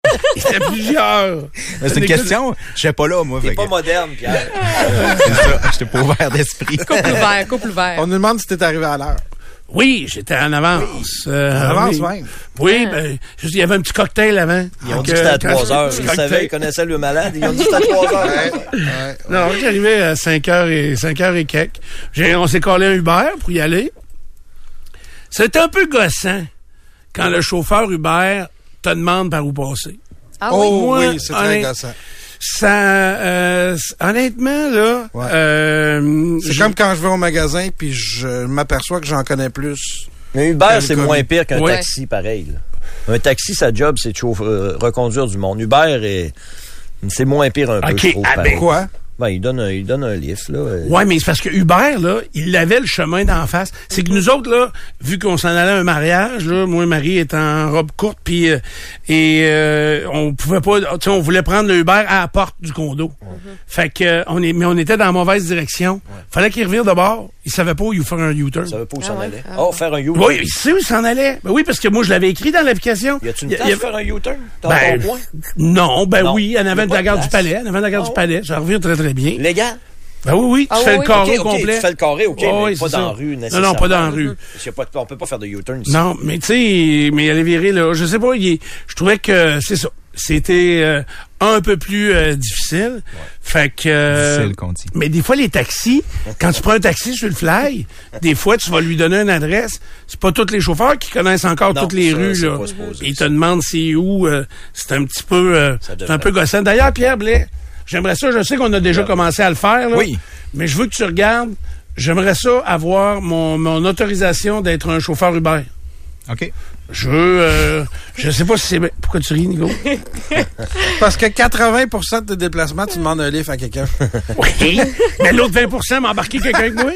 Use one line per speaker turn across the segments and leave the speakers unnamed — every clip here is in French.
à plusieurs.
Mais C'est une
Écoute-
question. Je sais pas là, moi.
T'es
fait
pas
que-
moderne, Pierre.
C'est ça. J'étais pas ouvert d'esprit.
Couple ouvert, couple ouvert.
On nous demande si t'es arrivé à l'heure.
Oui, j'étais en avance. Euh,
En avance
oui.
même.
Oui, ben, je- il y avait un petit cocktail avant.
Ils ont
Donc,
dit que c'était
euh,
à
quand
3
je-
heures.
petit
Ils
cocktail.
savaient, ils connaissaient le malade. Ils ont dit que c'était à 3 heures.
Ouais.
Non, j'arrivais à 5 h et 5 h et quelques. J'ai- on s'est collé un Uber pour y aller. C'était un peu gossant quand le chauffeur Uber te demande par où passer.
Ah oui.
Oh
moi,
oui, c'est très
honnête-
gossant.
Ça, euh, s- honnêtement là,
Ouais.
euh,
C'est
je-
comme quand je vais au magasin puis je m'aperçois que j'en connais plus.
Mais Uber, c'est moins pire qu'un
Ouais.
taxi, pareil. là. Un taxi, sa job, c'est de chauffe- euh, reconduire du monde. Uber, est- c'est moins pire un peu,
Ok,
je trouve,
ah
pareil.
ben.
Quoi?
Ben, il donne un, il donne un lift, là. euh,
Ouais, mais c'est parce que Hubert, là, il avait le chemin d'en face. C'est que nous autres, là, vu qu'on s'en allait à un mariage, là, moi et Marie est en robe courte, puis euh, et euh, on pouvait pas, tu sais, on voulait prendre le Uber à la porte du condo.
Mm-hmm.
Fait que euh, on est, mais on était dans la mauvaise direction. Fallait qu'il revire de bord. Il savait pas où il faire un U-turn.
Ça veut pas où
Ah
s'en
ouais,
aller.
ah
oh,
ouais.
faire un U-turn.
Oui, il sait où il s'en allait. Ben oui, parce que moi je l'avais écrit dans l'application.
Y a-tu
Il
une
y
place de
avait-
faire un U-turn dans
Ben,
ton coin?
non, ben
Non,
oui, en
y a
avant de
pas
la
de
gare du
place.
palais, en avant de la gare
Ah
du
ouais.
palais, ça revient très très bien.
Légal?
Ben oui, oui, tu
Ah
fais
oui,
le
oui.
carreau
Ok, ok,
complet.
tu fais le carré, OK,
Ouais,
mais
c'est
pas
ça.
dans la rue,
Non, non,
nécessairement.
pas dans la rue.
Parce qu'il y a pas de- on peut pas faire de U-turn ici.
Non, mais tu sais, mais aller virer, là, je sais pas, il est- je trouvais que c'est ça. C'était euh, un peu plus euh, difficile. Fait que... euh,
Difficile qu'on dit.
mais des fois, les taxis, quand tu prends un taxi sur le fly, des fois, tu vas lui donner une adresse. C'est pas tous les chauffeurs qui connaissent encore
Non,
toutes les
ça,
rues.
c'est
Là.
pas supposé,
Ils te
ça.
demandent c'est où. euh, c'est un petit peu, euh,
Ça
c'est
devrait.
un peu gossant. D'ailleurs, Pierre Blais, j'aimerais ça. Je sais qu'on a déjà commencé à le faire. là,
Oui.
Mais je veux que tu regardes. J'aimerais ça avoir mon, mon autorisation d'être un chauffeur Uber.
OK.
Je veux, euh, je sais pas si c'est bien. Pourquoi tu ris, Nico?
Parce que 80 de tes déplacements, tu demandes un livre à quelqu'un.
Oui. Mais l'autre 20 m'a embarqué quelqu'un avec moi.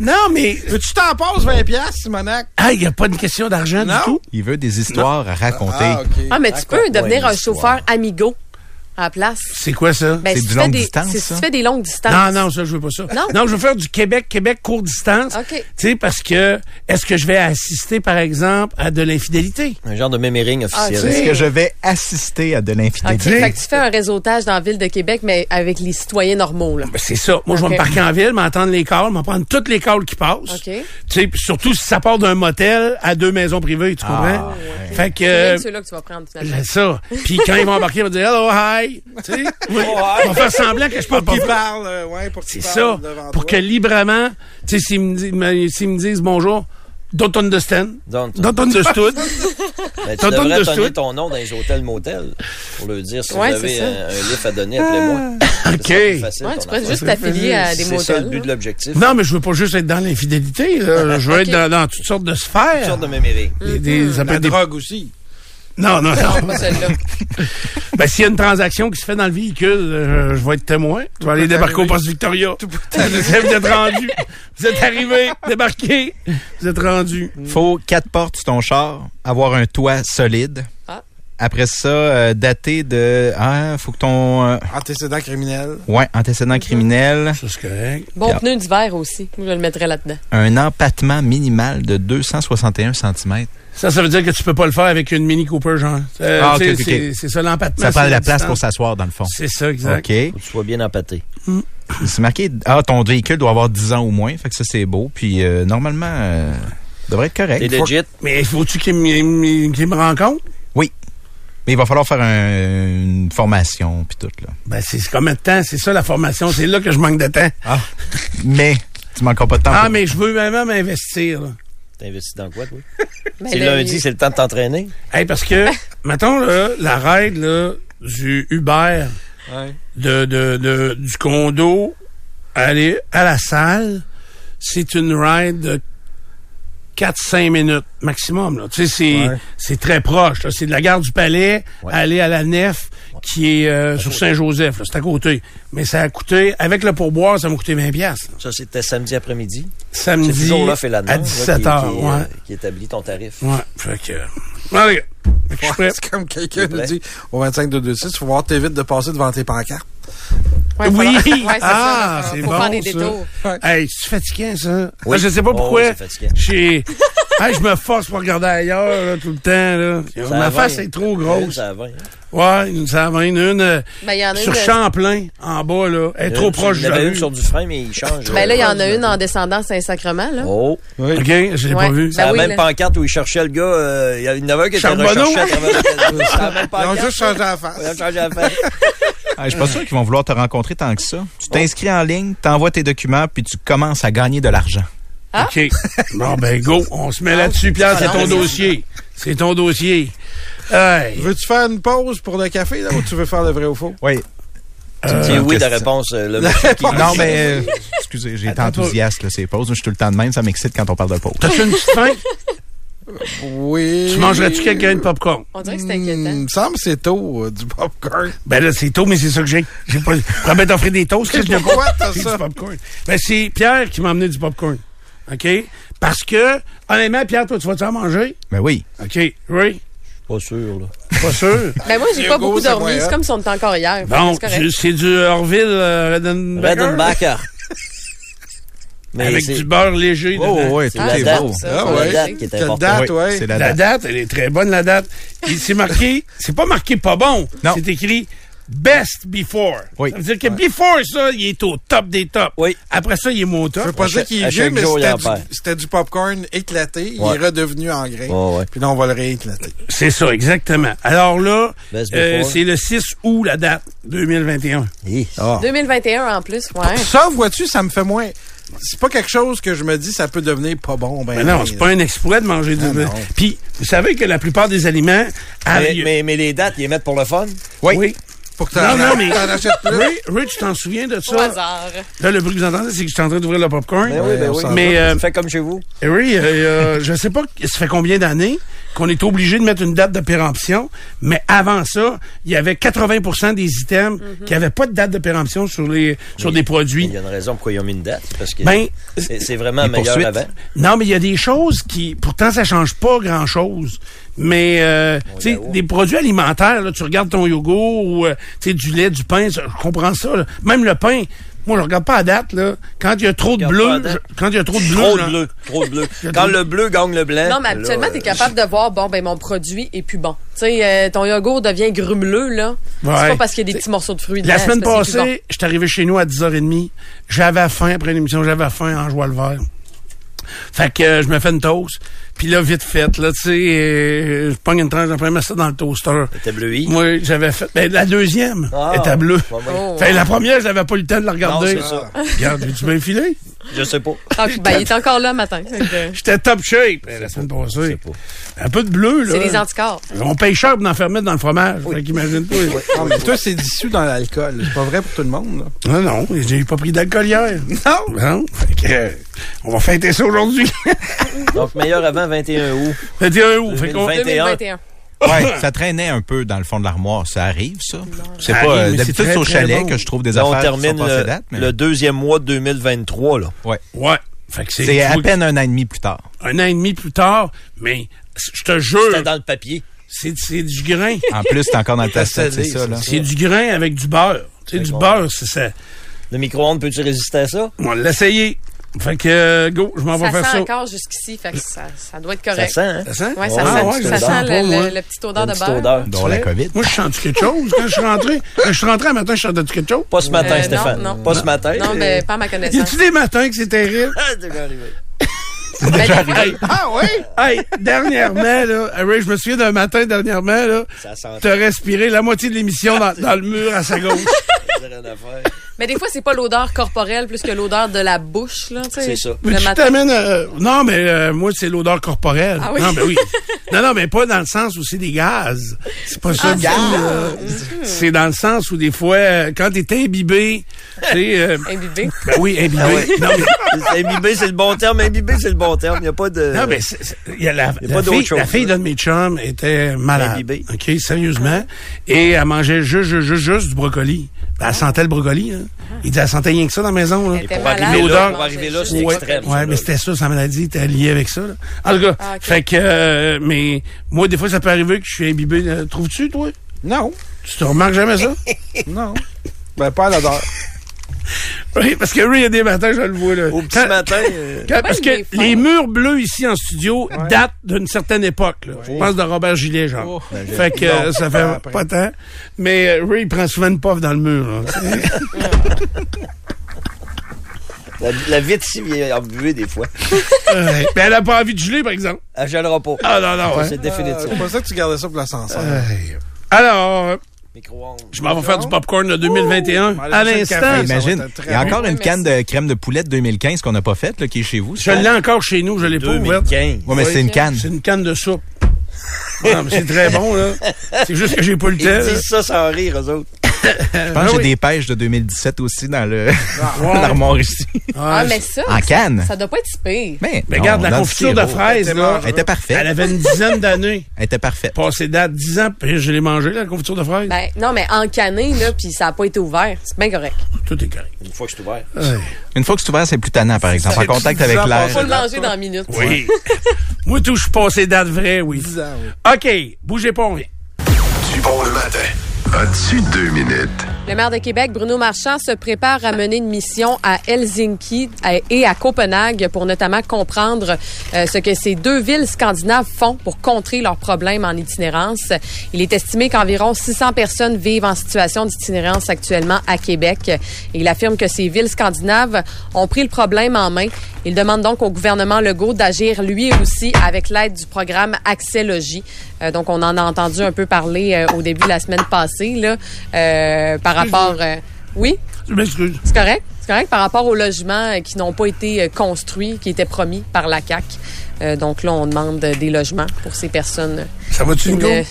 Non, mais
Veux-tu t'en passes 20 piastres, Simonac?
Ah, il n'y a pas une question d'argent du
Non.
tout.
Il veut des histoires à raconter.
Ah, mais tu peux
Raconte-moi
devenir un
une
chauffeur amigo à la place.
C'est quoi ça?
Ben,
C'est
si
du
tu fais
longue
des-
distance,
c'est- Si
ça?
tu fais des longues distances.
non, non, ça, je veux pas ça.
Non?
je veux faire du Québec, Québec, court distance.
OK.
Tu sais, parce que, est-ce que je vais assister, par exemple, à de l'infidélité?
Un genre de méméring officiel.
Ah,
Est-ce
Oui.
que je vais assister à de
OK,
l'infidélité?
fait que tu fais un réseautage dans la ville de Québec, mais avec les citoyens normaux, là.
Ben, c'est ça. Moi, je vais
OK.
me parquer en ville, m'entendre les calls, m'en prendre toutes les calls qui passent.
OK.
Tu sais, puis surtout si ça part d'un motel à deux maisons privées, tu comprends? Fait que...
C'est
euh,
même ceux-là que tu vas prendre, finalement.
C'est ça. Puis quand ils vont embarquer, ils vont dire Hello, hi. Tu sais, oui. ils vont faire semblant que je parle pas.
Qui parle, euh, ouais, pour
C'est ça. Pour que librement, tu sais, s'ils me, di- me- s'ils me disent bonjour, don't understand.
Don't-
Don't understood.
Ben, tu
T'as
devrais
donné de
donner
suite.
ton nom dans les hôtels motels pour leur dire si
Ouais,
vous avez
c'est ça. Ah.
un, un lift à donner, appelez-moi.
OK.
Ouais, tu pourrais juste t'affilier à des
C'est ça le
modèles.
but de
là.
l'objectif.
non, mais je veux pas juste être dans l'infidélité. là. Je veux être
Ok.
dans, dans toutes sortes de
Une
sphères.
sorte de méméring.
Des- des- ça peut
La
être des-
drogue aussi.
Non, non, non.
Pas celle-là.
ben, s'il y a une transaction qui se fait dans le véhicule, euh, je vais être témoin. Je vais aller débarquer au poste Victoria. vous êtes rendu. Vous êtes arrivé, débarqué. Vous êtes rendu.
Faut quatre portes sur ton char, avoir un toit solide.
Ah.
Après ça, euh, dater de... Ah, faut que ton... euh,
Antécédent criminel.
ouais, antécédent criminel.
Ça, c'est correct.
Bon
Yeah.
pneu d'hiver aussi. Moi, je le mettrais là-dedans.
Un empattement minimal de 261 cm.
Ça, ça veut dire que tu peux pas le faire avec une Mini Cooper, genre. Euh,
Ah, ok,
tu sais,
ok, ok.
c'est- C'est ça l'empattement.
Ça
c'est
prend de la place pour
distance.
s'asseoir, dans le fond.
C'est ça, exact.
OK.
Faut que tu sois bien empâté.
C'est marqué... Ah, ton véhicule doit avoir 10 ans au moins. Fait que ça, c'est beau. Puis, euh, normalement, euh, devrait être correct.
T'es
Faut-
legit.
Mais faut-tu qu'il me- me, qu'il me rencontre?
Mais il va falloir faire un- une formation, puis tout, là.
Ben, c'est c'est combien de temps? C'est ça, la formation. C'est là que je manque de temps.
Ah. Mais, tu manques pas de temps.
Ah,
pour-
mais je veux vraiment m'investir, là.
T'investis dans quoi, toi?
Mais
C'est
Ben, le-
lundi, c'est le temps de t'entraîner.
Hey, parce que, mettons, là, la règle, là, du Uber, de, de, de, du condo, aller à la salle, c'est une ride de 4-5 minutes maximum. Là. Tu sais, c'est,
Ouais.
c'est très proche. là. C'est de la gare du Palais,
Ouais.
aller à la nef qui est euh, sur Saint-Joseph. là. C'est à côté. Mais ça a coûté, avec le pourboire, ça m'a coûté 20$. piastres, là.
Ça, c'était samedi après-midi. C'est
Samedi
toujours l'offre et la
à
demande. là, qui-
17h.
qui,
Ouais.
euh, Qui établit ton tarif.
ouais. Fait que... euh, Allez, fait que je suis prêt.
C'est comme quelqu'un
Il est
nous
prêt.
dit au 25 226, faut voir t'évites de passer devant tes pancartes.
Ouais, faut
Oui.
leur- ouais, c'est
Ah,
ça,
c'est
faut
bon,
faire des
ça.
détours.
Hey, c'est fatiguant, ça. Ah,
Oui.
Je sais pas
Oh,
pourquoi.
c'est fatigant.
J'ai- hey, je me force pour regarder ailleurs là, tout le temps. Là.
Ça
Ma
va,
face
hein.
est trop grosse.
Ça va, hein.
Ouais, une ça va, une, une euh,
Ben, il y en a
sur
une.
Champlain, en bas, là. Elle est trop
Une-
proche
Il
de
y en
la
avait une
rue.
sur du frein, mais il change.
Ben là, il y en a
euh,
une en descendant Saint-Sacrement, là.
Oh.
OK, je l'ai pas
Ouais.
vu.
Ben
C'est la
oui,
même
là.
pancarte où il cherchait le gars. euh, Il y en avait un qui était
Charbonneau.
recherché à travers le- C'est la même
Ils ont
pancarte.
juste changé la
hein? Ils ont
face.
changé la face.
Ah, je suis pas sûr qu'ils vont vouloir te rencontrer tant que ça. Tu t'inscris en ligne, t'envoies tes documents, puis tu commences à gagner de l'argent.
Ah.
OK. bon, ben, go. On se met là-dessus. Pierre, c'est ton dossier. C'est ton dossier. Hey.
Veux-tu faire une pause pour le café, là, ou tu veux faire le vrai ou faux?
Oui.
Tiens, oui, ta
question.
réponse, euh, le monsieur qui.
Non, mais euh, excusez, j'ai été
Attends,
enthousiaste, là, ces pauses. Je suis tout le temps de même, ça m'excite quand on parle de pauses.
T'as-tu une petite faim?
Oui.
Tu mangerais-tu quelqu'un de popcorn?
On dirait que c'est inquiétant.
Hmm, Il me semble que c'est tôt, euh, du popcorn.
Ben là, c'est tôt, mais c'est ça que j'ai. J'ai pas. Je vais t'offrir des toasts, qu'est-ce que j'ai
Pourquoi t'as
J'ai
ça?
du popcorn. Ben, c'est Pierre qui m'a amené du popcorn. OK? Parce que, honnêtement, Pierre, toi, tu vas-tu en manger?
Mais Ben oui.
OK. Oui?
Pas sûr, là.
Pas sûr.
Ben moi, j'ai pas
Hugo,
beaucoup
c'est
dormi.
moyen.
C'est comme si on était encore hier.
Bon,
C'est correct.
c'est du Orville euh, Redenbacher.
Redenbacher. Mais
Avec
c'est-
du beurre léger
Oh,
dedans.
ouais, tout
C'est la
est
date,
beau.
ça.
Ah
c'est la
ouais.
date.
qui est
Quelle
importante.
date,
Oui,
ouais.
c'est
La,
la date.
date, elle est très bonne, la date. Il s'est marqué, c'est pas marqué pas bon.
Non.
C'est écrit best before.
Oui.
Ça veut dire que before ça, il est au top des tops.
Oui.
Après ça, il est moins au
Je veux
top.
pas
À
dire
chaque-
qu'il
à
est vieux,
chaque
mais
jour, il
c'était
en
du,
perd.
c'était du popcorn éclaté. Il
Ouais.
est redevenu en grain.
Ouais, ouais.
Puis là, on va le rééclater.
C'est ça, exactement. Alors là,
Best
euh,
before.
c'est le 6 août, la date 2021.
Hi.
2021 en plus, ouais.
Ça, vois-tu, ça me fait moins. C'est pas quelque chose que je me dis, ça peut devenir pas bon. Ben,
Mais non,
ben,
c'est pas un exploit de manger du...
non.
Puis, vous savez que la plupart des aliments...
Ah, Mais,
arrivent-
mais, mais les dates, ils les mettent pour le fun. Ben
oui.
Pour que
Non,
t'en
non,
a-
mais-
t'en achètes plus.
Ray, Ray, tu t'en souviens de
Au
ça?
hasard.
Là, le bruit que vous entendez, c'est que je suis en train d'ouvrir le popcorn.
Ben oui, ben
on
oui.
s'en
Mais, va. euh,
Fais comme chez vous.
Eh Oui, euh, euh, je sais pas que- ça fait combien d'années qu'on est obligé de mettre une date de péremption, mais avant ça, il y avait 80% des items
Mhm.
qui n'avaient pas de date de péremption sur les sur des
Il
produits.
y a une raison pourquoi ils ont mis une date. Parce que
Ben,
c'est c'est vraiment
les
meilleur
poursuites.
avant.
non, mais il y a des choses qui, pourtant, ça change pas grand-chose. Mais, euh, tu sais,
yaourt.
des produits alimentaires, là, tu regardes ton yogourt ou, euh, tu sais, du lait, du pain, ça, je comprends ça. là. Même le pain, moi, je regarde pas la date, là. Quand il y a trop de
Regarde pas la
bleu,
date.
je- quand il y a trop de bleu,
Trop
là,
de bleu. Trop de bleu. Quand le bleu gagne le blanc.
Non, mais habituellement,
euh,
t'es capable de voir, bon, ben, mon produit est plus bon. Tu sais, euh, ton yogourt devient grumeleux, là.
Ouais.
C'est pas parce qu'il y a des petits morceaux de fruits
La
dedans,
semaine
c'est parce qu'il est
passée, j'étais arrivé chez nous à 10h30. J'avais faim après l'émission, j'avais faim en joie le verre. Fait que euh, je me fais une toast. Puis là, vite fait, là, tu sais, euh, je pogne une tranche, j'en mets ça dans le toaster.
T'es bleuie.
Moi, j'avais fait... Ben, la deuxième était bleue.
bon. Oh.
Fait, la première, je n'avais pas eu le temps de la
Non,
regarder.
c'est ça.
Regarde, j'ai-tu bien filé?
Je sais pas.
Ah, ben, il est encore là, matin. Fait que,
J'étais top shape Ben, la semaine passée.
pas.
Un peu de bleu, là.
C'est les anticorps.
On paye cher pour en faire mettre dans le fromage. Fait qu'imagine-toi.
Ah, mais toi, c'est dissous dans l'alcool. C'est pas vrai pour tout le monde. là.
Non, non, j'ai pas pris d'alcool hier.
Non!
Non? Fait que, euh, on va fêter ça aujourd'hui.
Donc, meilleur avant 21 août.
21 août. Fait qu'on-
2020.
2021.
Ouais, ça traînait un peu dans le fond de l'armoire. Ça arrive, ça. C'est
Ça
pas
arrive,
euh,
mais c'est
d'habitude
très,
c'est au
très
chalet
bon.
que je trouve des
Là, on
affaires qui
termine
sont passées
le,
date, mais
le deuxième mois de 2023. Là.
ouais.
Ouais. Fait que
C'est
c'est
à peine un an et demi plus tard.
un an et demi plus tard, mais c- je te
C'était
Euh.
jure,
dans le papier.
c'est c'est du grain.
En plus, t'es encore dans le plastique, c'est
scellé,
ça,
ça,
là.
C'est du grain avec du beurre. Tu sais, du
bon.
beurre, c'est ça.
Le micro-ondes, peux-tu résister à ça?
On l'a essayé. Fait que, euh, go, je m'en vais
Ça
faire
sent
ça.
encore jusqu'ici, fait que ça, ça doit être
Ça
correct.
sent, hein?
Ça sent?
Ouais, ça
Ah
sent,
ouais, je
ça
le sens
sent
pas,
le,
moi.
le- le petit odeur
Une
de
petite
beurre.
odeur.
Dont la COVID.
Moi, je sens quelque chose quand je suis rentré. Quand je suis rentré un matin, je sentais quelque chose.
Pas ce matin,
Euh, non,
Stéphane.
non.
Pas ce matin.
Non, mais pas à ma
Y
connaissance.
a-tu des matins que c'est terrible?
Ah, c'est déjà arrivé.
Ben, des fois,
Hey,
Ah oui?
hey, dernièrement, là, Ray, je me souviens d'un matin dernièrement, là,
Ça sent
t'as respiré la moitié de l'émission dans, dans le mur à sa gauche.
rien à faire.
mais des fois, c'est pas l'odeur corporelle plus que l'odeur de la bouche, là, tu sais.
C'est ça.
Mais
Le
tu
matin.
t'amènes euh, non mais euh, moi c'est l'odeur corporelle.
Ah oui?
Non mais oui. non non mais pas dans le sens où c'est des gaz. C'est pas ça.
Ah,
du
c'est
tout,
ça.
là. C'est dans le sens où des fois euh, quand t'es imbibé, tu sais euh,
Imbibé.
ben oui imbibé.
Ah
Non mais
Imbibé, c'est le bon terme. Imbibé, c'est le bon terme. Il n'y a pas de.
non mais c'est- c'est- il y a la,
Il Euh, y
la
a pas d'autre
fille,
chose,
la fille
là.
d'un de mes chums était malade.
Imbibé.
Ok sérieusement et elle mangeait juste juste juste, juste du brocoli. Ben, elle sentait le brocoli. Hein. Il dit elle sentait rien que ça dans la maison. Là.
Elle était
pour
malade.
arriver
là,
elle
pour
mangeait
arriver là,
juste
c'est
des
Ouais,
extrême,
croquettes.
ouais,
ça,
mais
là.
c'était ça, sa maladie était liée avec ça. Là. En tout cas,
Ah, ok.
fait que, euh, mais moi, des fois, ça peut arriver que je suis imbibé. euh, Trouves-tu, toi?
Non.
Tu te remarques jamais ça?
Non. Ben, pas à l'odeur.
Oui, parce que lui, il y a des matins, je le vois, là.
Au petit
Quand-
matin. euh,
quand- parce
Ben, il est
que
fort.
les murs bleus ici en studio datent d'une certaine époque. là. Je pense de Robert Gillet, genre.
Oh.
Fait que euh, ça fait pas tant. Mais euh, Ray, il prend souvent une pof dans le mur. là.
la, la vitre, si vient en buée des fois.
Ouais. Mais elle a pas envie de geler, par exemple.
Elle gèlera pas.
Ah non, non,
Ça,
ouais.
C'est
Euh,
définitif.
C'est pour ça que tu gardais ça pour l'ascenseur.
Ouais. Alors, euh,
Micro-ondes.
je m'en vais faire du popcorn de 2021
Ouh.
à
Allez, chercher le
l'instant.
café, ça. va
Imagine,
être un très
il y a
bon-
encore une
Oui,
canne de crème de poulette 2015 qu'on n'a pas faite, là, qui est chez vous.
Je l'ai encore chez nous, je l'ai pas ouverte.
2015.
Oui, mais
Oui.
c'est une canne.
C'est une canne de soupe. Ah, mais c'est très bon, là. C'est juste que j'ai pas le temps.
Ils
là.
disent ça sans rire, eux autres.
Je pense que j'ai
Ah oui.
des pêches de 2017 aussi dans le dans
ouais.
l'armoire ici.
Ah,
Ah, mais ça,
En canne.
ça doit pas être si pire.
Mais
Mais
non,
regarde, la
dans le
confiture de
sirop.
fraises,
Elle
là,
était
Elle était parfaite.
elle avait une dizaine d'années.
Elle était parfaite.
Passé date, 10 ans, puis je l'ai mangée, la confiture de fraises.
Ben, non, mais encané, là, puis ça a pas été ouvert. C'est bien correct.
Tout est correct.
Une fois que je suis ouvert.
Ouais.
Une fois que c'est ouvert, c'est plus tannant, par exemple. En
C'est
contact
dix
avec
ans
l'air.
passés.
Faut le
J'adore
manger
ça.
dans la minute.
Oui. Moi, tout, je suis passé date vraie, oui.
10 ans, oui.
OK, bougez pas, on vient.
Du bon le matin. As-tu deux minutes?
Le maire de Québec, Bruno Marchand, se prépare à mener une mission à Helsinki euh, et à Copenhague pour notamment comprendre euh, ce que ces deux villes scandinaves font pour contrer leurs problèmes en itinérance. Il est estimé qu'environ 600 personnes vivent en situation d'itinérance actuellement à Québec. Et il affirme que ces villes scandinaves ont pris le problème en main. Il demande donc au gouvernement Legault d'agir lui aussi avec l'aide du programme Accès Logis. Euh, donc, on en a entendu un peu parler euh, au début de la semaine passée, là, euh, par rapport. euh, oui,
Je m'excuse.
c'est correct. C'est correct par rapport aux logements euh, qui n'ont pas été euh, construits, qui étaient promis par la CAC. donc là, on demande euh, des logements pour ces personnes.
Ça va-tu,
qui
Nico?
ne-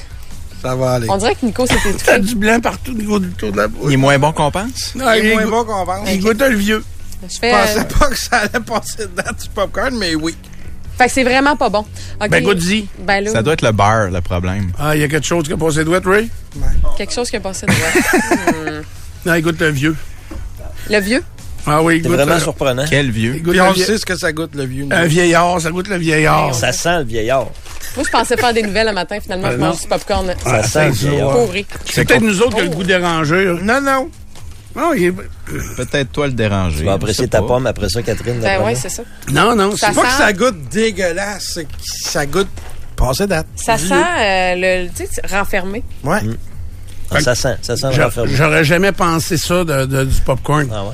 Ça va aller.
on dirait que Nico s'est
T'as
étouffé.
du blanc partout au niveau du tour de la bouche.
Il est moins bon qu'on pense.
Non,
Il est
il
moins
goûte-
bon qu'on pense.
Il goûte le vieux.
Je
Je
fais. euh,
pensais pas que ça allait passer dedans du popcorn, mais oui.
fait que c'est vraiment pas bon. OK.
Ben, goûte-y.
Ben là,
Ça doit être le beurre, le problème.
Ah, il y a quelque chose qui a passé de ouette, Ray?
quelque chose qui a passé de Hmm.
Non, il goûte le vieux.
Le vieux?
Ah oui, il
C'est
goûte,
vraiment
euh,
surprenant.
Quel
il
vieux.
goûte
Puis
le
on
vie-
sait ce que ça goûte, le vieux.
un vieillard. Ça goûte le vieillard.
Ça sent le vieillard.
Moi, je pensais faire des nouvelles le matin. Finalement, je
Ah, non. Ah,
mange du popcorn
Ah,
Ça sent le
c'est
vieillard.
pourri.
C'est peut-être nous autres qui a le
Oh.
goût dérangé. hein.
Non, non.
Non, il est-
Peut-être toi le déranger.
Tu vas
Je sais
apprécier ta
pas.
pomme après ça, Catherine.
Ben
d'après
ouais,
moi.
c'est ça.
non, non,
Ça
c'est
C'est pas
sent-
que ça goûte dégueulasse, c'est que ça goûte passé date.
Ça sent euh, le, tu sais, c'est renfermé.
Ouais.
Mm.
Ah, ça sent. Ça sent le
J'a-
renfermé.
J'aurais jamais pensé ça de, de- du popcorn.
Ah ouais.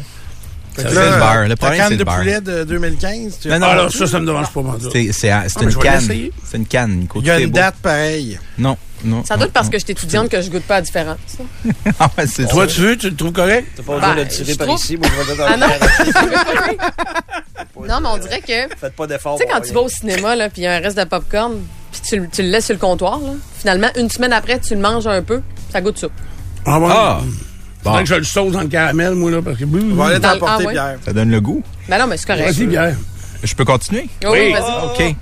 Fait
c'est le beurre. Le
ta
problème,
canne
c'est le
de
beurre.
poulet de 2015, tu
Non, non,
Ah, alors ça, ça me dérange pas, moi. ça.
C'est c'est- c'est
Ah, mais je
une
vais
canne.
l'essayer.
C'est une canne. Nico.
Il y a
C'est
une
beau.
date pareille.
Non, non.
Ça doit être parce que je suis étudiante que je goûte pas à la différence.
Ah ouais, c'est
Toi,
ça.
tu veux, tu le trouves correct?
T'as pas
Ben,
besoin de le tirer
je
par
trouve-
ici. Moi, je vais
Ah non?
t'en
non, mais on dirait que. Tu
Faites pas d'effort.
sais, quand tu vas au cinéma, là, puis il y a un reste de popcorn, puis tu, le- tu le laisses sur le comptoir, là, finalement, une semaine après, tu le manges un peu, ça goûte ça.
Ah, bon.
Ah!
Faudrait
Bon,
que je le sauce dans le caramel, moi, là, parce que...
On va aller
Dans le- ah
t'emporter,
ouais.
Pierre.
ça donne le goût.
Ben non, mais c'est correct.
Vas-y, Pierre.
Je peux continuer? Ah,
Oh,
Oui.
vas-y.
OK.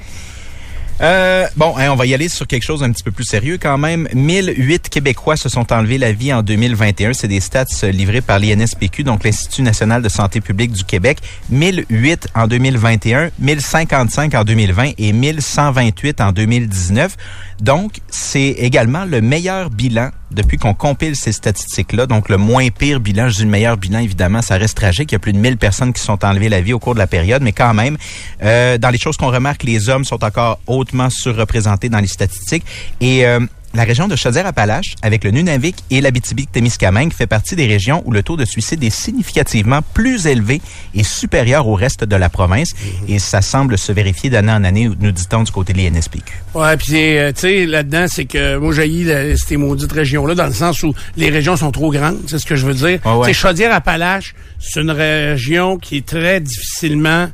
Euh, bon, hein, on va y aller sur quelque chose un petit peu plus sérieux quand même. 1008 Québécois se sont enlevés la vie en 2021. C'est des stats euh, livrés par l'INSPQ, donc l'Institut national de santé publique du Québec. 1008 en 2021, 1055 en 2020 et 1128 en 2019. Donc, c'est également le meilleur bilan depuis qu'on compile ces statistiques-là. Donc, le moins pire bilan, je dis le meilleur bilan, évidemment, ça reste tragique. Il y a plus de 1000 personnes qui se sont enlevées la vie au cours de la période, mais quand même, euh, dans les choses qu'on remarque, les hommes sont encore hautement surreprésentés dans les statistiques. Et euh, la région de Chaudière-Appalaches, avec le Nunavik et l'Abitibi-Témiscamingue, fait partie des régions où le taux de suicide est significativement plus élevé et supérieur au reste de la province. Et ça semble se vérifier d'année en année, nous dit-on, du côté de l'INSPQ.
Ouais, puis euh, tu sais, là-dedans, c'est que moi, j'ai ces maudites régions-là, dans le sens où les régions sont trop grandes, c'est ce que je veux dire.
Ah Ouais, ouais.
Tu sais, Chaudière-Appalaches, c'est une région qui est très difficilement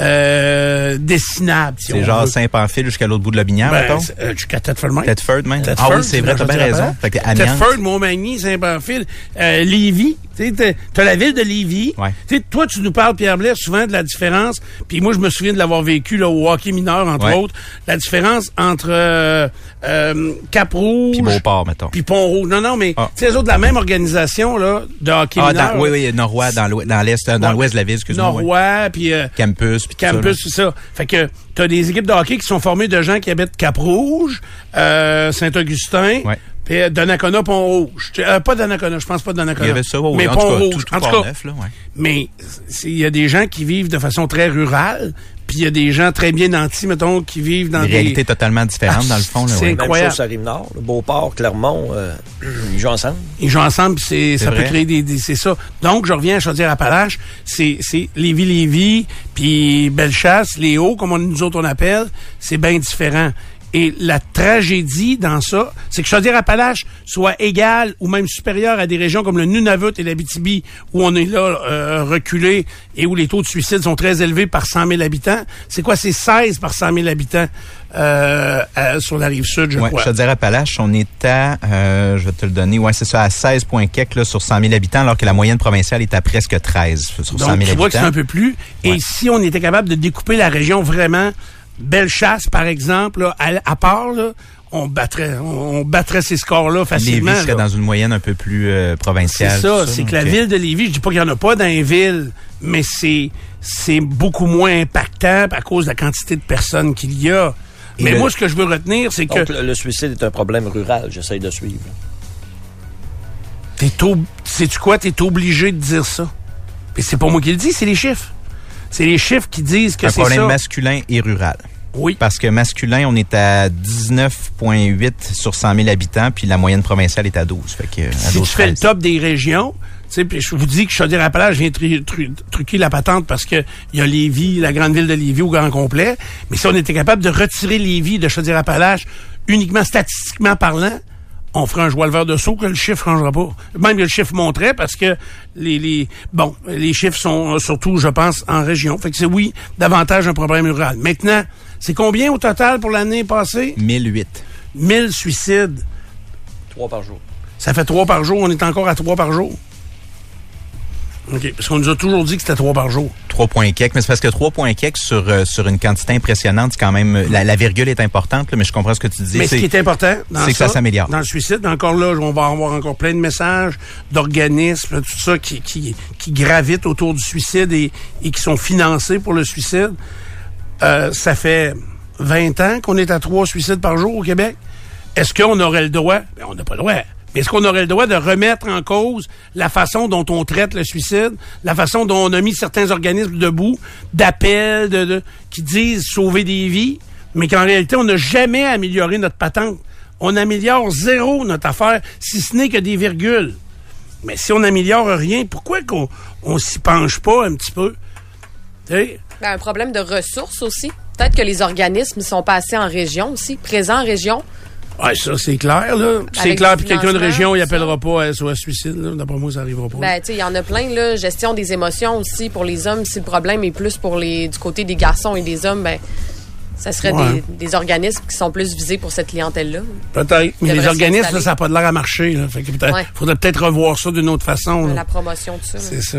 euh, dessinable, si on
C'est genre
veut.
Saint-Pamphile jusqu'à l'autre bout de la Binière,
Ben,
Hein, mettons.
c'est- euh, jusqu'à Thetford-Mike.
Thetford, même.
Thetford,
Ah oui, c'est vrai, t'as bien raison. Fait que Amiens.
Thetford, Montmagny, Saint-Pamphile, euh, Lévis. Tu sais, t'as- t'as la ville de Lévis.
Ouais.
Tu sais, toi, tu nous parles, Pierre Blair, souvent de la différence. Puis moi, je me souviens de l'avoir vécu là, au hockey mineur, entre
Ouais.
autres. La différence entre euh, euh, Cap-Rouge...
Puis Beauport, mettons.
Puis Pont-Rouge. Non, non, mais
Ah.
tu sais, les autres de la même organisation là, de hockey
Ah,
mineur.
dans, oui, oui, Norrois, dans l'ouest, dans l'est, euh, dans
Ouais.
l'ouest de la ville, excuse-moi. ouais.
Norois, puis... euh,
Campus, puis tout ça, là.
Campus, c'est ça. Fait que t'as des équipes de hockey qui sont formées de gens qui habitent Cap-Rouge, euh, Saint-Augustin,
Ouais.
Puis euh, Donnacona, Pont-Rouge. Tu sais, euh, pas Donnacona, je pense pas Donnacona.
Il y avait ça, oui,
mais
en tout cas,
Pont-Rouge.
tout- tout
en tout cas,
Port-Neuf, là, ouais.
mais c'est- il y a des gens qui vivent de façon très rurale, puis il y a des gens très bien nantis, mettons, qui vivent dans
Des réalités totalement différentes,
Ah,
dans le fond. Là,
c'est
ouais.
Même
Incroyable.
chose, ça arrive nord. Le Beauport, Clermont, euh, ils jouent ensemble.
Ils jouent ensemble, puis c'est, ça
vrai.
peut créer des, des- c'est ça. Donc, je reviens à Chaudière-Appalaches, c'est, c'est Lévis-Lévis, puis Bellechasse, les Hauts, comme on, nous autres on appelle, c'est bien différent. Et la tragédie dans ça, c'est que Chaudière-Appalaches soit égale ou même supérieure à des régions comme le Nunavut et l'Abitibi, où on est là euh, reculé et où les taux de suicide sont très élevés par 100 000 habitants. C'est quoi? C'est 16 par 100 000 habitants euh, à- sur la rive sud, je
Ouais,
crois.
Chaudière-Appalaches, on est à, euh, je vais te le donner, ouais, c'est ça, à 16 points quelques, là, sur 100 000 habitants, alors que la moyenne provinciale est à presque 13 sur 100 000
Donc, tu
habitants.
vois que c'est un peu plus.
Ouais.
Et si on était capable de découper la région vraiment, Bellechasse, par exemple, là, à, à part, là, on battrait, on, on battrait ces scores-là facilement.
Lévis serait
là.
dans une moyenne un peu plus euh, provinciale.
C'est ça, c'est que la
ok.
ville de Lévis, je dis pas qu'il y en a pas dans les villes, mais c'est c'est beaucoup moins impactant à cause de la quantité de personnes qu'il y a.
Et
mais
le-
moi, ce que je veux retenir, c'est que
Donc, le, le suicide est un problème rural, j'essaye de suivre.
t'es ob- sais-tu quoi, t'es obligé de dire ça. Mais c'est pas moi qui le dis, c'est les chiffres. C'est les chiffres qui disent que
Un
c'est
problème
ça.
masculin et rural.
Oui.
Parce que masculin, on est à 19,8 sur 100 000 habitants, puis la moyenne provinciale est à 12. Fait que, euh, à
si
12,
tu fais le
13.
top des régions, tu sais, puis je vous dis que Chaudière-Appalaches vient tru- tru- truquer la patente parce que il y a Lévis, la grande ville de Lévis au grand complet. Mais si on était capable de retirer Lévis de Chaudière-Appalaches uniquement statistiquement parlant, on ferait un joie leveur de saut que le chiffre changera pas. Même que le chiffre montrait parce que les, les bon, les chiffres sont euh, surtout, je pense, en région. Fait que c'est oui, davantage un problème rural. Maintenant, c'est combien au total pour l'année passée?
1008.
1000 suicides.
Trois par jour.
Ça fait trois par jour. On est encore à trois par jour. OK. Parce qu'on nous a toujours dit que c'était trois par jour.
3 points et quelques. Mais c'est parce que 3 points et quelques sur, euh, sur une quantité impressionnante, c'est quand même... euh, La, la virgule est importante, là, mais je comprends ce que tu dis.
Mais ce
C'est-
qui est important dans
c'est que ça s'améliore.
Dans le suicide, encore là, on va avoir encore plein de messages d'organismes, tout ça qui, qui, qui gravitent autour du suicide et, et qui sont financés pour le suicide. Euh, ça fait 20 ans qu'on est à trois suicides par jour au Québec. Est-ce qu'on aurait le droit? Ben, on n'a pas le droit. Mais est-ce qu'on aurait le droit de remettre en cause la façon dont on traite le suicide, la façon dont on a mis certains organismes debout, d'appels, de, de- qui disent sauver des vies, mais qu'en réalité, on n'a jamais amélioré notre patente. On améliore zéro notre affaire, si ce n'est que des virgules. Mais si on n'améliore rien, pourquoi qu'on on s'y penche pas un petit peu? Tu sais?
Ben, un problème de ressources aussi. Peut-être que les organismes sont pas assez en région aussi, présents en région.
Ouais, ça, c'est clair, là. C'est
Avec
clair,
du
puis quelqu'un de
financement,
région, il
ça.
appellera pas à SOS Suicide, là. D'après moi, ça arrivera pas.
Ben, tu sais, il y en a plein, là. Gestion des émotions aussi pour les hommes. Si le problème est plus pour les, du côté des garçons et des hommes, ben, ça serait
Ouais.
des, des organismes qui sont plus visés pour cette clientèle-là.
peut-être. Mais les
devrait
organismes, là,
s'installer.
ça n'a pas de l'air à marcher, là. Fait que peut-être,
Ouais.
faudrait peut-être revoir ça d'une autre façon, là.
La Mm. promotion de ça. là.
C'est ça.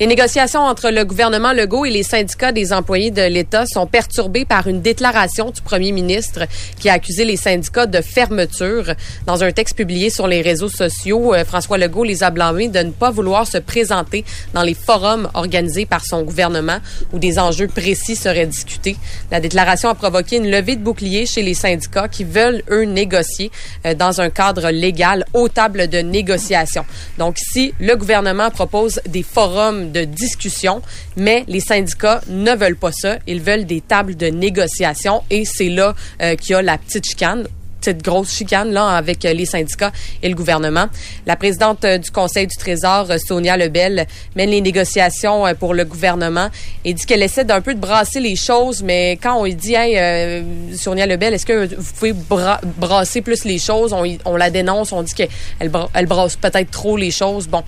Les négociations entre le gouvernement Legault et les syndicats des employés de l'État sont perturbées par une déclaration du premier ministre qui a accusé les syndicats de fermeture. Dans un texte publié sur les réseaux sociaux, euh, François Legault les a blâmés de ne pas vouloir se présenter dans les forums organisés par son gouvernement où des enjeux précis seraient discutés. La déclaration a provoqué une levée de boucliers chez les syndicats qui veulent, eux, négocier euh, dans un cadre légal aux tables de négociation. Donc, si le gouvernement propose des forums de discussion, mais les syndicats ne veulent pas ça, ils veulent des tables de négociation et c'est là euh, qu'il y a la petite chicane petite grosse chicane là avec euh, les syndicats et le gouvernement. La présidente euh, du Conseil du Trésor, euh, Sonia Lebel, mène les négociations euh, pour le gouvernement et dit qu'elle essaie d'un peu de brasser les choses, mais quand on lui dit hey, euh, Sonia Lebel, est-ce que vous pouvez bra- brasser plus les choses On, y- on la dénonce, on dit qu'elle bra- elle brasse peut-être trop les choses. Bon,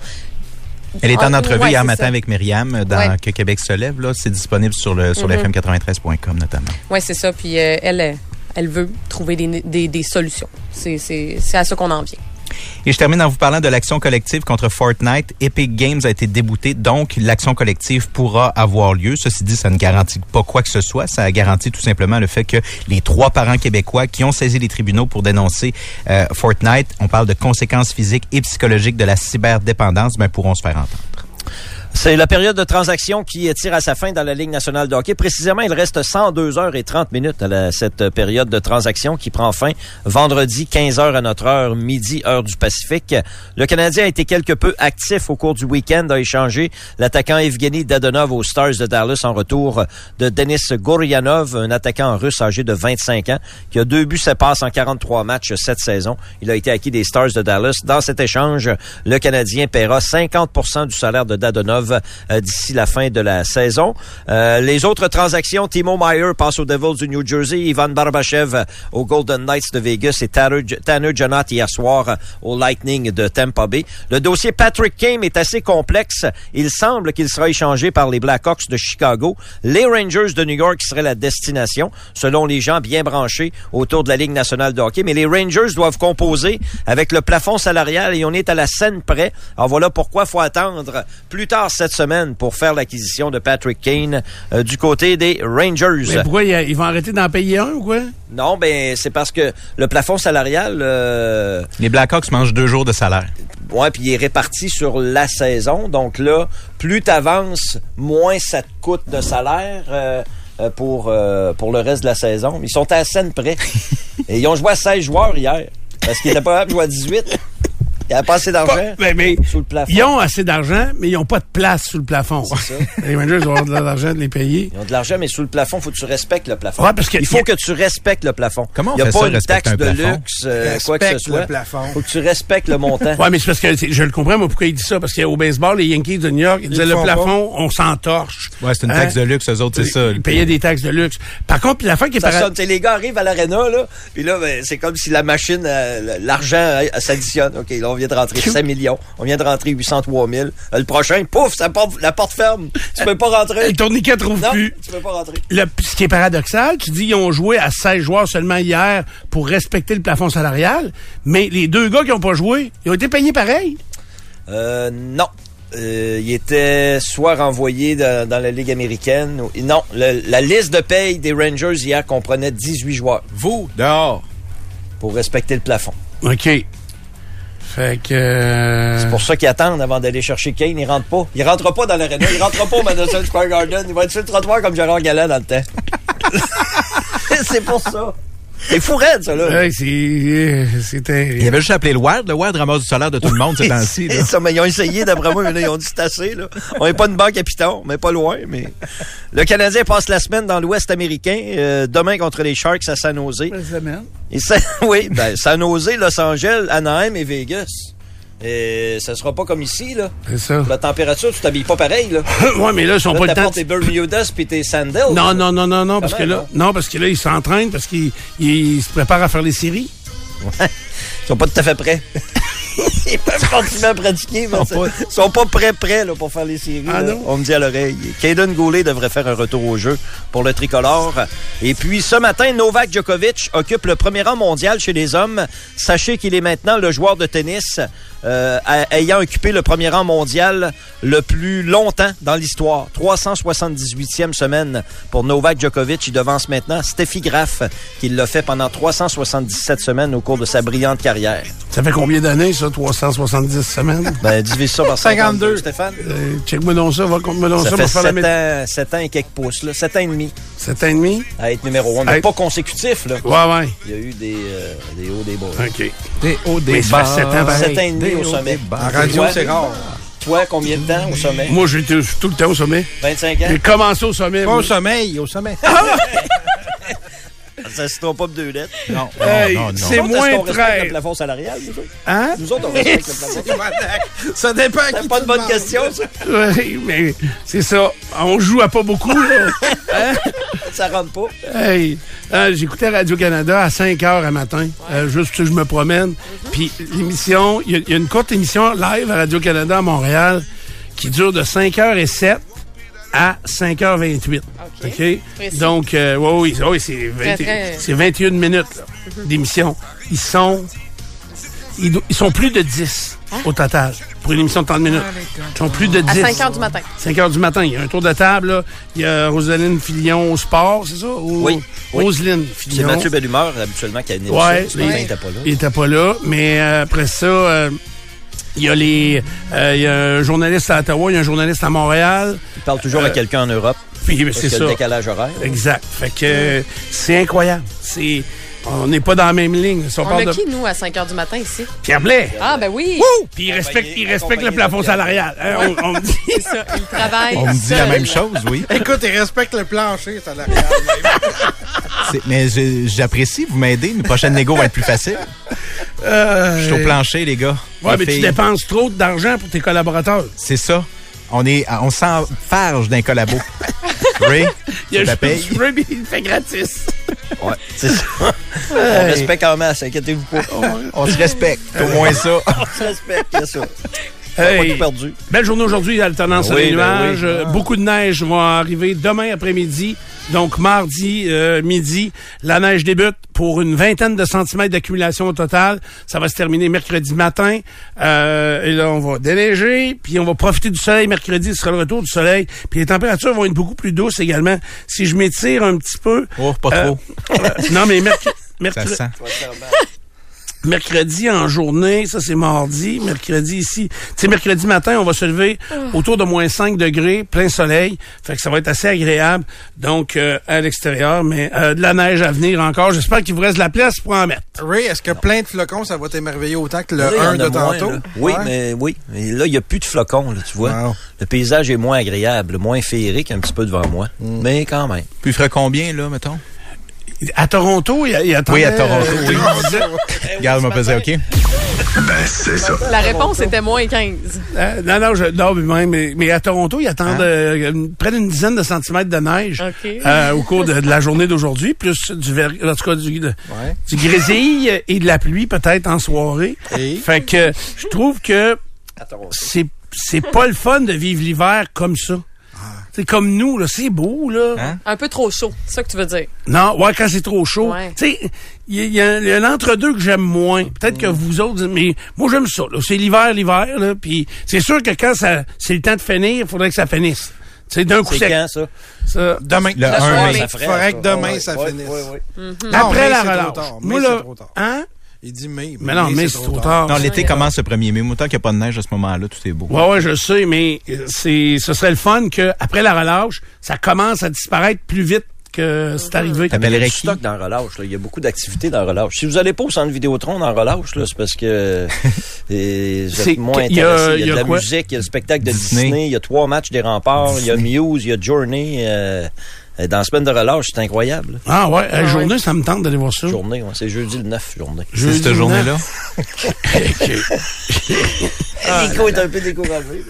Elle est en
Ah,
entrevue
ouais,
hier
c'est
matin
ça.
avec Myriam euh, dans
Ouais.
Que Québec se lève. Là, c'est disponible sur le
Mm-hmm.
sur l'FM 93.com notamment.
Oui, c'est ça. Puis euh, elle, euh, elle veut trouver des, des, des solutions. C'est, c'est, c'est à ça qu'on en vient.
Et je termine en vous parlant de l'action collective contre Fortnite. Epic Games a été débouté, donc l'action collective pourra avoir lieu. Ceci dit, ça ne garantit pas quoi que ce soit. Ça garantit tout simplement le fait que les trois parents québécois qui ont saisi les tribunaux pour dénoncer euh, Fortnite, on parle de conséquences physiques et psychologiques de la cyberdépendance, ben, pourront se faire entendre.
C'est la période de transaction qui tire à sa fin dans la Ligue nationale de hockey. Précisément, il reste 102 heures et 30 minutes à la- cette période de transaction qui prend fin vendredi 15 heures à notre heure, midi heure du Pacifique. Le Canadien a été quelque peu actif au cours du week-end, a échangé l'attaquant Evgeny Dadonov aux Stars de Dallas en retour de Denis Goryanov, un attaquant russe âgé de 25 ans qui a deux buts, ses passes en 43 matchs cette saison. Il a été acquis des Stars de Dallas. Dans cet échange, le Canadien paiera 50 du salaire de Dadonov euh, d'ici la fin de la saison. Euh, les autres transactions, Timo Meyer passe aux Devils du New Jersey, Ivan Barbachev euh, aux Golden Knights de Vegas et Tanner, Tanner Jonat hier soir euh, au Lightning de Tampa Bay. Le dossier Patrick Kane est assez complexe. Il semble qu'il sera échangé par les Blackhawks de Chicago. Les Rangers de New York seraient la destination, selon les gens bien branchés autour de la Ligue nationale de hockey. Mais les Rangers doivent composer avec le plafond salarial et on est à la scène près. Alors voilà pourquoi faut attendre plus tard cette semaine pour faire l'acquisition de Patrick Kane euh, du côté des Rangers.
Mais pourquoi ils, ils vont arrêter d'en payer un ou quoi?
Non, ben c'est parce que le plafond salarial, euh,
Les Blackhawks mangent deux jours de salaire.
ouais, puis il est réparti sur la saison. Donc là, plus t'avances, moins ça te coûte de salaire. euh, euh, pour, euh, pour le reste de la saison. Ils sont à la scène près. Et ils ont joué à 16 joueurs hier. Parce qu'ils étaient pas capables de jouer à 18. Ils n'avaient pas assez d'argent.
Pas- ben, mais
Ah Sous le plafond.
Ils ont assez d'argent, mais ils n'ont pas de place sous le plafond.
C'est ça.
les Rangers vont avoir de l'argent de les payer.
Ils ont de l'argent, mais sous le plafond, faut que tu respectes le plafond.
Ouais, parce que-
il faut que tu respectes le plafond.
Comment on
Il n'y a
fait
pas
ça,
une
respecter
taxe
un
de
plafond?
luxe, euh, quoi que ce
Respecte
soit.
le plafond.
faut que tu respectes le montant.
Ouais, mais c'est parce que c'est- je le comprends, mais pourquoi il dit ça? Parce qu'au baseball, les Yankees de New York, ils disaient
le
le
font
plafond, on s'entorche.
Ouais, c'est une
Hein?
taxe de luxe, eux autres, c'est ça.
Ils payaient des taxes de luxe. Par contre, l'affaire qui est
Ça
para-
sonne, tu sais, les gars arrivent à l'aréna, là, puis là, ben, c'est comme si la machine, euh, l'argent euh, s'additionne. OK, là, on vient de rentrer 5 millions, on vient de rentrer 803 000. Euh, Le prochain, pouf, ça porte- la porte ferme. Tu peux pas rentrer.
Le tourniquet trouve
non,
plus.
tu peux pas rentrer.
Le- ce qui est paradoxal, tu dis ils ont joué à 16 joueurs seulement hier pour respecter le plafond salarial, mais les deux gars qui n'ont pas joué, ils ont été payés pareil.
Euh, non. Euh, il était soit renvoyé de- dans la Ligue américaine. ou- non, le- la liste de paye des Rangers hier comprenait 18 joueurs
Vous, dehors.
pour respecter le plafond.
OK. Fait que... euh,
C'est pour ça qu'ils attendent avant d'aller chercher Kane. Il rentre pas. Il rentre pas dans l'aréna. Il rentre pas au Madison Square Garden. Il va être sur le trottoir comme Gérard Galland dans le temps. C'est pour ça. C'est fou raide, ça, là.
Ouais, c'est... euh, C'était...
Il avait juste appelé le Ward. Le Ward ramasse du salaire de tout le monde ces temps-ci. là.
Et ça, mais ils ont essayé, d'après moi, mais là, ils ont dit c'est assez. Là. On n'est pas une banque à Python, mais pas loin. Mais Le Canadien passe la semaine dans l'Ouest américain. euh, demain contre les Sharks à San Jose. Et ça- oui, ben, San Jose, Los Angeles, Anaheim et Vegas. Et ça sera pas comme ici, là.
C'est ça.
La température, tu t'habilles pas pareil, là.
ouais, mais là, ils sont
Bah,
pas
Là,
le temps...
t'apportes
de-
tes Bermudas puis tes sandals.
Non, non, non, non, non, parce que
même, hein.
là, non, parce que là, ils s'entraînent, parce qu'ils ils- ils se préparent à faire les séries.
Ils sont pas tout à fait prêts. Ils peuvent continuer à pratiquer, mais ça- ils sont pas prêts prêts là, pour faire les séries.
Ah
là.
non?
On me dit à l'oreille. Caden Goulet devrait faire un retour au jeu pour le tricolore. Et puis ce matin, Novak Djokovic occupe le premier rang mondial chez les hommes. Sachez qu'il est maintenant le joueur de tennis euh, a- ayant occupé le premier rang mondial le plus longtemps dans l'histoire. 378e semaine pour Novak Djokovic. Il devance maintenant Steffi Graf, qui l'a fait pendant 377 semaines au cours de sa brillante carrière.
Ça fait combien d'années, ça, 370 semaines?
Ben, divise ça par 52, Stéphane.
Euh, Check-moi donc ça, va compte-moi donc ça,
Ça,
pour
fait
faire la
7
méthode.
ans, sept ans et quelques pouces, là. 7 ans et demi
7 ans et demi?
à être numéro 1. Mais
Hey.
pas consécutif, là.
Ouais, ouais.
Il y a eu des, euh, des hauts, des bas.
OK.
Des hauts, des
Mais ça fait
bas.
sept ans, pareil.
7 ans et demi
Des
au
hauts,
sommet.
des bas.
En radio,
Ouais.
c'est rare.
Toi, combien de temps au sommet?
Moi, j'étais tout le temps au sommet.
25 ans?
J'ai commencé au sommet.
Mm.
Pas au
moi.
sommeil, au sommet.
Ça se trompe pas de deux lettres.
Non,
Hey,
non, non, non.
c'est-
Nous autres, est-ce
moins
qu'on respecte
13.
le plafond salarial, nous autres?
Hein?
Nous autres, on respecte le plafond salarial.
ça dépend à
C'est
qui
pas
tu
de bonne
demandes.
question, ça.
Oui, Hein? mais c'est ça. On joue à pas beaucoup, là. Hein?
Ça rentre pas.
Hey, euh, j'écoutais Radio-Canada à 5 heures à matin, euh, juste parce que je me promène. Puis l'émission, il y, a- il y a une courte émission live à Radio-Canada à Montréal qui dure de 5 h et 7 à 5 h 28.
OK. Précis.
Donc, euh, ouais, oui, oui, c'est, 20
très- Mhm.
c'est 21 minutes là, d'émission. Ils sont, ils, do- ils sont plus de 10 au total pour une émission de 30 minutes. Ils sont plus de 10.
Hein? Ah, À 5 heures du matin.
5 heures du matin, il y a un tour de table. là. Il y a Rosaline Fillon au sport, c'est ça? Ou-
Oui, oui.
Roselyne
C'est
Fillon.
Mathieu Bellumeur, habituellement, qui a une émission.
Ouais,
Ce
les-
matin, il était pas là.
il était pas là. Mais euh, après ça, euh, Il y a les, euh, il y a un journaliste à Ottawa, il y a un journaliste à Montréal.
Il parle toujours à quelqu'un en Europe.
Puis ben,
parce
c'est
qu'il y a
ça.
le décalage horaire.
Exact. Fait que euh, c'est incroyable. C'est, on n'est pas dans la même ligne. Si on,
On
parle
a
de
qui, nous, à 5 h du matin ici?
Pierre Blais.
Ah, ben oui.
Wouh! Puis il respecte, il respecte
Accompagné-
le
accompagné
plafond
de Pierre.
salarial. Hein, on, on me dit.
C'est ça, il travaille.
On me dit la
seul.
même chose, oui.
Écoute, il respecte le plancher, ça l'a rien.
C'est- Mais je- j'apprécie, vous m'aidez. Mes prochaines négo vont être plus faciles.
Euh,
Je suis au plancher, les gars.
Ouais,
Les
mais tu
filles,
dépenses trop d'argent pour tes collaborateurs.
C'est ça. On est, on s'enfarge d'un collabo. Ray,
Il y a
tu la
juste
payes.
du rugby, il le fait gratis.
Ouais, c'est ça. On respecte en masse, inquiétez-vous pas.
On se respecte. Au
Euh,
moins ça.
On se respecte, bien sûr.
Hey.
Pas tout perdu.
Belle journée aujourd'hui, alternance
Ah
Oui,
à des
ben
nuages.
oui.
Euh, Beaucoup de neige va arriver demain après-midi. Donc, mardi euh, midi, la neige débute pour une vingtaine de centimètres d'accumulation au total. Ça va se terminer mercredi matin. Euh, et là, on va déneiger, puis on va profiter du soleil. Mercredi, ce sera le retour du soleil. Puis les températures vont être beaucoup plus douces également. Si je m'étire un petit peu...
Oh, pas
euh,
trop.
euh, non, mais merc-
Ça
mercredi...
sent.
mercredi en journée, ça c'est mardi, mercredi ici. Tu sais, mercredi matin, on va se lever autour de moins 5 degrés, plein soleil. Fait que ça va être assez agréable, donc euh, à l'extérieur, mais euh, de la neige à venir encore. J'espère qu'il vous reste de la place pour en mettre.
Ray, est-ce que plein de flocons, ça va t'émerveiller autant que le
Là, il y
1
en
de
a moins,
tantôt?
là. Oui,
Ouais.
mais oui. Mais là, il n'y a plus de flocons, là, tu vois.
Wow.
Le paysage est moins agréable, moins féerique un petit peu devant moi. Mais quand même.
Puis il ferait combien, là, mettons?
À Toronto, il y a, il y a euh,
Oui, à Toronto, oui.
on disait-
Regarde, je me faisais OK.
Ben, c'est ça.
La réponse était moins 15.
Euh, non, non, je, non, mais, même, mais, mais à Toronto, ils attendent euh, une- près d'une dizaine de centimètres de neige
OK.
euh, au cours de, de la journée d'aujourd'hui, plus du, ver, en tout cas, du, de- du grésil et de la pluie peut-être en soirée.
Et?
Fait que je trouve que c'est c'est pas le fun de vivre l'hiver comme ça. C'est comme nous là, c'est beau là.
Hein?
Un peu trop chaud, c'est ça que tu veux dire.
Non, ouais, quand c'est trop chaud.
Ouais.
Tu sais, il y a- il y a, il y a l'entre-deux que j'aime moins. Peut-être que vous autres, mais moi, j'aime ça. là. C'est l'hiver, l'hiver, là. Puis c'est sûr que quand ça, c'est le temps de finir, il faudrait que ça finisse. Tu sais, d'un coup,
C'est quand, ça?
ça-
Demain.
Le
La
un
soirée,
mai.
ça
Il faudrait que demain,
Ouais,
ça
ouais,
finisse.
ouais, ouais.
Non,
Après
mai,
la
c'est trop
relâche.
tard.
Moi,
Mai,
là,
c'est trop tard.
hein?
Il dit mai.
Mais non, mais c'est trop tard.
Non, l'été commence le 1er mai. mais Autant qu'il n'y a pas de neige à ce moment-là, tout est beau.
Ouais, ouais, je sais, mais euh, c'est, ce serait le fun que après la relâche, ça commence à disparaître plus vite que c'est arrivé.
Il y a
T'appellerais
du
qui?
stock dans Relâche. là. Il y a beaucoup d'activités dans Relâche. Si vous allez pas au centre Vidéotron dans Relâche, là, c'est parce que euh, vous
C'est-
êtes moins
il y a-
intéressés. Il y a,
il y a
de la
quoi?
musique, il y a le spectacle de
Disney.
Disney, il y a trois matchs des remparts, il y a Muse, il y a Journey. euh, euh, dans la semaine de Relâche, c'est incroyable. là.
Ah ouais, la
ouais.
journée, ça me tente d'aller voir ça.
Journée, ouais, c'est jeudi le 9, journée.
C'est cette
Jeudi
journée-là?
Ah,
Nico est un peu découragé.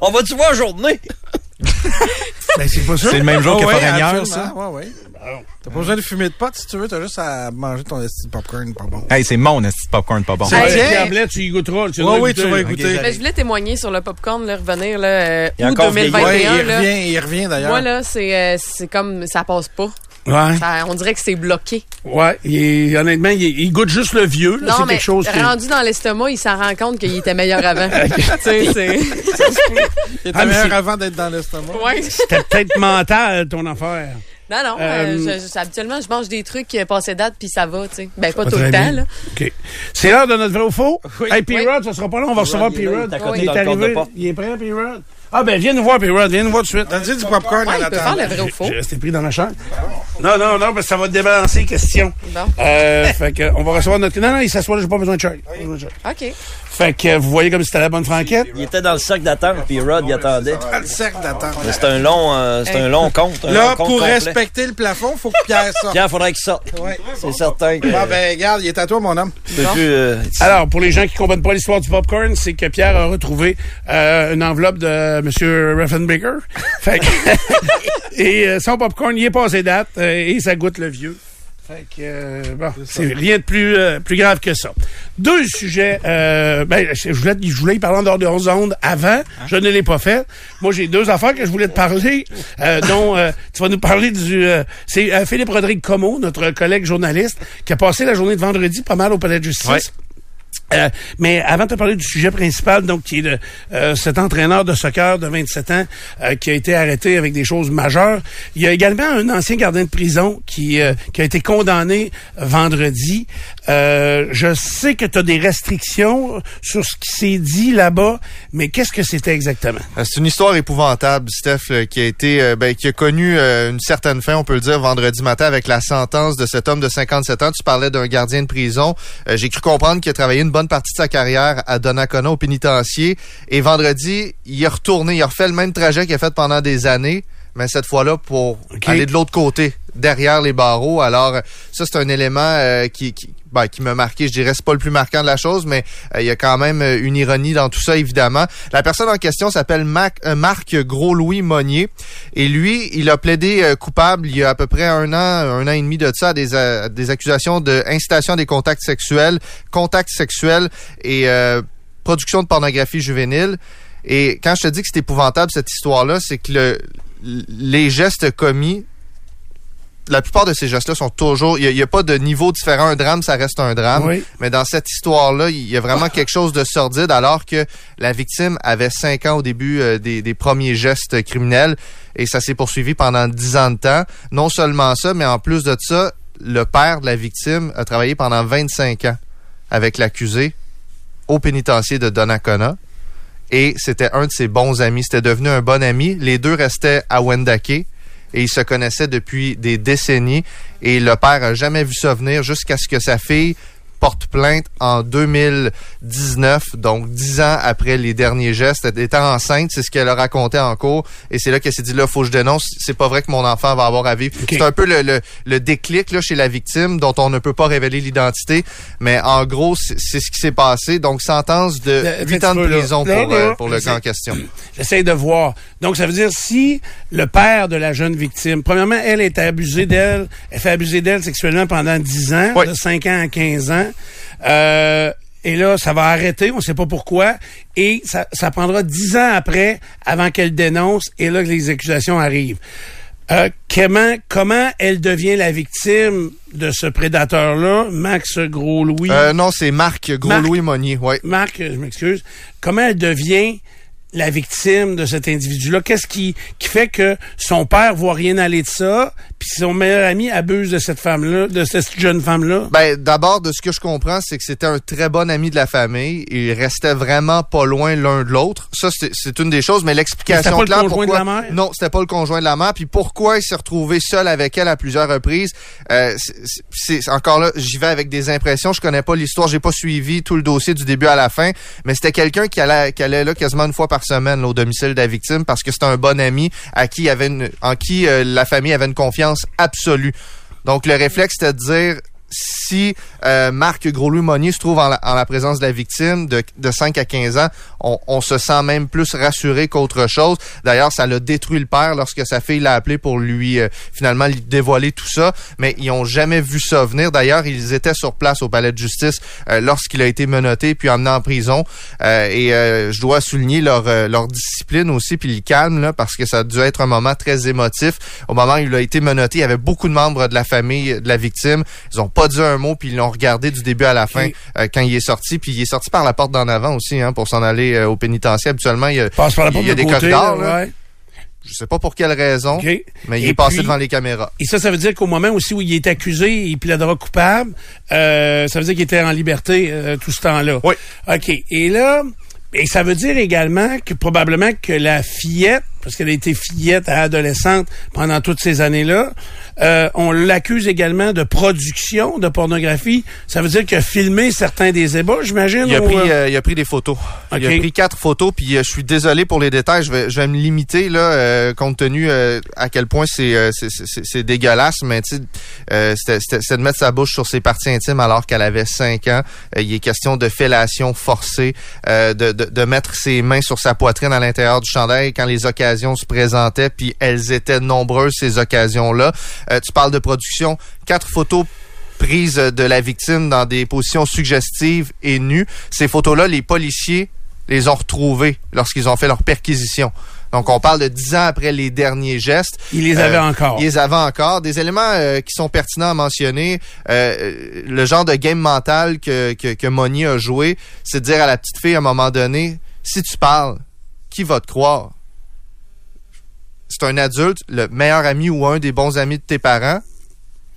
on va-tu voir Journée?
Ben, c'est pas ça.
C'est le même
Ah
jour que
Foreigner,
Foreigner, ça?
Ouais, ouais. T'as pas besoin de fumer de potes si tu veux, t'as juste à manger ton esti de popcorn, pas bon.
Hey, c'est mon esti de popcorn pas bon.
C'est vrai,
Tiens.
Pierre Blais, tu y goûteras. Tu
Ouais,
devrais
oui, tu
goûter.
vas
Ok,
écouter.
j'arrive.
Mais Ben, je voulais témoigner sur le popcorn, là, revenir, là, euh,
Il y a
août
encore vieilli.
Ouais,
2021,
il
là.
revient, il revient d'ailleurs.
Moi, là, c'est, euh, c'est comme, ça passe pas.
Ouais.
Ça- on dirait que c'est bloqué.
Ouais, il est- honnêtement, il, il goûte juste le vieux. là,
Non,
c'est
mais
quelque chose que...
rendu dans l'estomac, il s'en rend compte qu'il était meilleur avant. tu sais, c'est...
Il était
Ah, mais
meilleur
c'est-
avant d'être dans l'estomac.
Ouais.
C'était peut-être mental, ton affaire.
Non, non, euh,
Euh,
je- je- habituellement, je mange des trucs euh, passés date, puis ça va, tu sais. Ben, pas,
Pas
tout
très
le temps,
bien.
là.
OK. C'est l'heure de notre vrai ou faux. Hey, P-Rod, ça sera pas long, on va recevoir
il est là, il est
P-Rod.
à côté
Il est
dans le
arrivé.
porte-de-porte.
Il est prêt, P-Rod? Ah, ben, viens nous voir, P-Rod. Viens nous voir tout de suite.
Donne-lui du popcorn
Ouais,
en
il peut faire
attendant.
le vrai ou faux.
J'ai resté pris dans la chambre. Non, non, non, parce que ça va débalancer les questions.
Bon.
Euh, fait que, on va recevoir notre... Non, non, il s'assoit là, j'ai pas besoin de chair. Pas besoin de chair.
OK.
Fait que, vous voyez comme si c'était la bonne franquette.
Il était dans le sac d'attente, puis Rod, il attendait.
Pas Ah, le cercle d'attente.
C'est un long, euh, c'est un long compte. un
Là,
long compte
pour
complet.
respecter le plafond, faut que Pierre sorte.
Pierre, faudrait qu'il sorte.
Ouais.
C'est certain que.
Bon, ben, regarde, il est à toi, mon homme.
tu peux plus, euh, tu-
Alors, pour les gens qui comprennent pas l'histoire du popcorn, c'est que Pierre a retrouvé euh, une enveloppe de Monsieur Raffenbaker. Fait que- et euh, son popcorn, il est passé date euh, et ça goûte le vieux. Fait que, euh, bon, c'est rien de plus, euh, plus grave que ça. Deux sujets. euh, ben, je je voulais, je voulais y parler en dehors de 11 ondes avant. Je ne l'ai pas fait. Moi, j'ai deux affaires que je voulais te parler, euh, dont euh, tu vas nous parler du... euh, c'est euh, Philippe Rodrigue Como, notre collègue journaliste, qui a passé la journée de vendredi pas mal au Palais de justice.
Ouais.
Euh, mais avant de te parler du sujet principal, donc qui est le, euh, cet entraîneur de soccer de 27 ans euh, qui a été arrêté avec des choses majeures, il y a également un ancien gardien de prison qui euh, qui a été condamné vendredi Euh, je sais que tu as des restrictions sur ce qui s'est dit là-bas, mais qu'est-ce que c'était exactement?
Euh, C'est une histoire épouvantable, Steph, euh, qui a été, euh, ben, qui a connu euh, une certaine fin, on peut le dire, vendredi matin avec la sentence de cet homme de 57 ans. Tu parlais d'un gardien de prison. Euh, J'ai cru comprendre qu'il a travaillé une bonne partie de sa carrière à Donnacona au pénitencier. Et vendredi, il est retourné, il a refait le même trajet qu'il a fait pendant des années, mais cette fois-là pour
OK.
aller de l'autre côté, derrière les barreaux. Alors, ça, c'est un élément euh, qui, qui, ben, qui m'a marqué. Je dirais, c'est pas le plus marquant de la chose, mais euh, il y a quand même euh, une ironie dans tout ça, évidemment. La personne en question s'appelle Mac- euh, Marc Gros-Louis Monnier. Et lui, il a plaidé euh, coupable il y a à peu près un an, un an et demi de ça, à des, euh, des accusations d'incitation à des contacts sexuels, contacts sexuels et euh, production de pornographie juvénile. Et quand je te dis que c'est épouvantable, cette histoire-là, c'est que le- les gestes commis la plupart de ces gestes-là sont toujours. Il n'y a, pas de niveau différent. Un drame, ça reste un drame.
Oui.
Mais dans cette histoire-là, il y a vraiment quelque chose de sordide, alors que la victime avait cinq ans au début euh, des, des premiers gestes criminels et ça s'est poursuivi pendant dix ans de temps. Non seulement ça, mais en plus de ça, le père de la victime a travaillé pendant 25 ans avec l'accusé au pénitencier de Donnacona. Et c'était un de ses bons amis. C'était devenu un bon ami. Les deux restaient à Wendake et ils se connaissaient depuis des décennies et le père a jamais vu ça venir jusqu'à ce que sa fille porte plainte en 2019, donc dix ans après les derniers gestes, Elle était enceinte, c'est ce qu'elle a raconté en cours, et c'est là qu'elle s'est dit, là, faut que je dénonce, c'est pas vrai que mon enfant va avoir à vivre.
Ok.
C'est un peu le, le- le déclic là, chez la victime, dont on ne peut pas révéler l'identité, mais en gros, c'est c'est ce qui s'est passé, donc sentence de
Là,
huit
Euh, attends
ans
un
de
peu, là.
prison
Là,
pour,
là,
euh, pour le
c'est-
cas en question.
J'essaie de voir. Donc, ça veut dire si le père de la jeune victime, premièrement, elle est abusée d'elle, elle fait abuser d'elle sexuellement pendant 10 ans,
Oui.
de 5 ans à 15 ans, euh, et là, ça va arrêter, on sait pas pourquoi, et ça, ça prendra 10 ans après avant qu'elle dénonce, et là, que les accusations arrivent. Euh, comment, comment elle devient la victime de ce prédateur-là, Max Gros-Louis?
Euh, non, c'est Marc Gros-Louis Monnier, ouais.
Marc, euh, je m'excuse, comment elle devient la victime de cet individu-là? Qu'est-ce qui, qui fait que son père voit rien aller de ça, puis son meilleur ami abuse de cette femme-là, de cette jeune femme-là?
Ben, d'abord, de ce que je comprends, c'est que c'était un très bon ami de la famille. Ils restaient vraiment pas loin l'un de l'autre. Ça, c'est- c'est une des choses, mais
C'était
l'explication
pas le
claire
conjoint de
pourquoi...
la mère?
Non, c'était pas le conjoint de la mère. Puis pourquoi il s'est retrouvé seul avec elle à plusieurs reprises? Euh, c'est- c'est c'est- encore là, j'y vais avec des impressions. Je connais pas l'histoire, j'ai pas suivi tout le dossier du début à la fin, mais c'était quelqu'un qui allait, qui allait là quasiment une fois par semaine là, au domicile de la victime parce que c'était un bon ami à qui il y avait une- en qui euh, la famille avait une confiance absolue. Donc, le réflexe, c'était de dire si euh, Marc Gros-Louis Monnier se trouve en la, en la présence de la victime de, de 5 à 15 ans, on, on se sent même plus rassuré qu'autre chose. D'ailleurs, ça l'a détruit le père lorsque sa fille l'a appelé pour lui euh, finalement lui dévoiler tout ça, mais ils ont jamais vu ça venir. D'ailleurs, ils étaient sur place au palais de justice euh, lorsqu'il a été menotté puis emmené en prison. Euh, et euh, je dois souligner leur, euh, leur discipline aussi puis le calme là, parce que ça a dû être un moment très émotif. Au moment où il a été menotté, il y avait beaucoup de membres de la famille euh, de la victime. Ils ont pas dit un mot puis ils l'ont regardé du début à la fin euh, quand il est sorti. Puis il est sorti par la porte d'en avant aussi hein, pour s'en aller euh, au pénitencier. Habituellement, il y a,
Passe par la
il
porte
y a
de
des
côté,
corridors.
là,
là.
ouais.
Je sais pas pour quelle raison,
OK.
mais il
Et
est passé
puis-
devant les caméras.
Et ça, ça veut dire qu'au moment aussi où il est accusé et plaidera coupable, euh, ça veut dire qu'il était en liberté euh, tout ce temps-là.
Oui.
OK. Et là, et ça veut dire également que probablement que la fillette, parce qu'elle a été fillette à adolescente pendant toutes ces années-là, euh, on l'accuse également de production de pornographie. Ça veut dire qu'il a filmé certains des ébats, j'imagine.
Il a,
ou,
pris,
euh,
euh, il a pris des photos. Il
Ok.
a pris quatre photos, puis euh, je suis désolé pour les détails. Je vais, je vais me limiter, là, euh, compte tenu euh, à quel point c'est euh, c'est- c'est- c'est dégueulasse, mais tu sais, euh, c'était- c'était- c'est de mettre sa bouche sur ses parties intimes alors qu'elle avait cinq ans. Euh, il est question de fellation forcée, euh, de, de, de mettre ses mains sur sa poitrine à l'intérieur du chandail quand les occasions se présentaient, puis elles étaient nombreuses, ces occasions-là. Euh, tu parles de production. Quatre photos prise de la victime dans des positions suggestives et nues. Ces photos-là, les policiers les ont retrouvées lorsqu'ils ont fait leur perquisition. Donc, on parle de dix ans après les derniers gestes.
il les avait
Euh,
encore.
Ils les avaient encore. Des éléments euh, qui sont pertinents à mentionner, euh, le genre de game mental que, que, que Moni a joué, c'est de dire à la petite fille à un moment donné, si tu parles, qui va te croire? C'est un adulte, le meilleur ami ou un des bons amis de tes parents.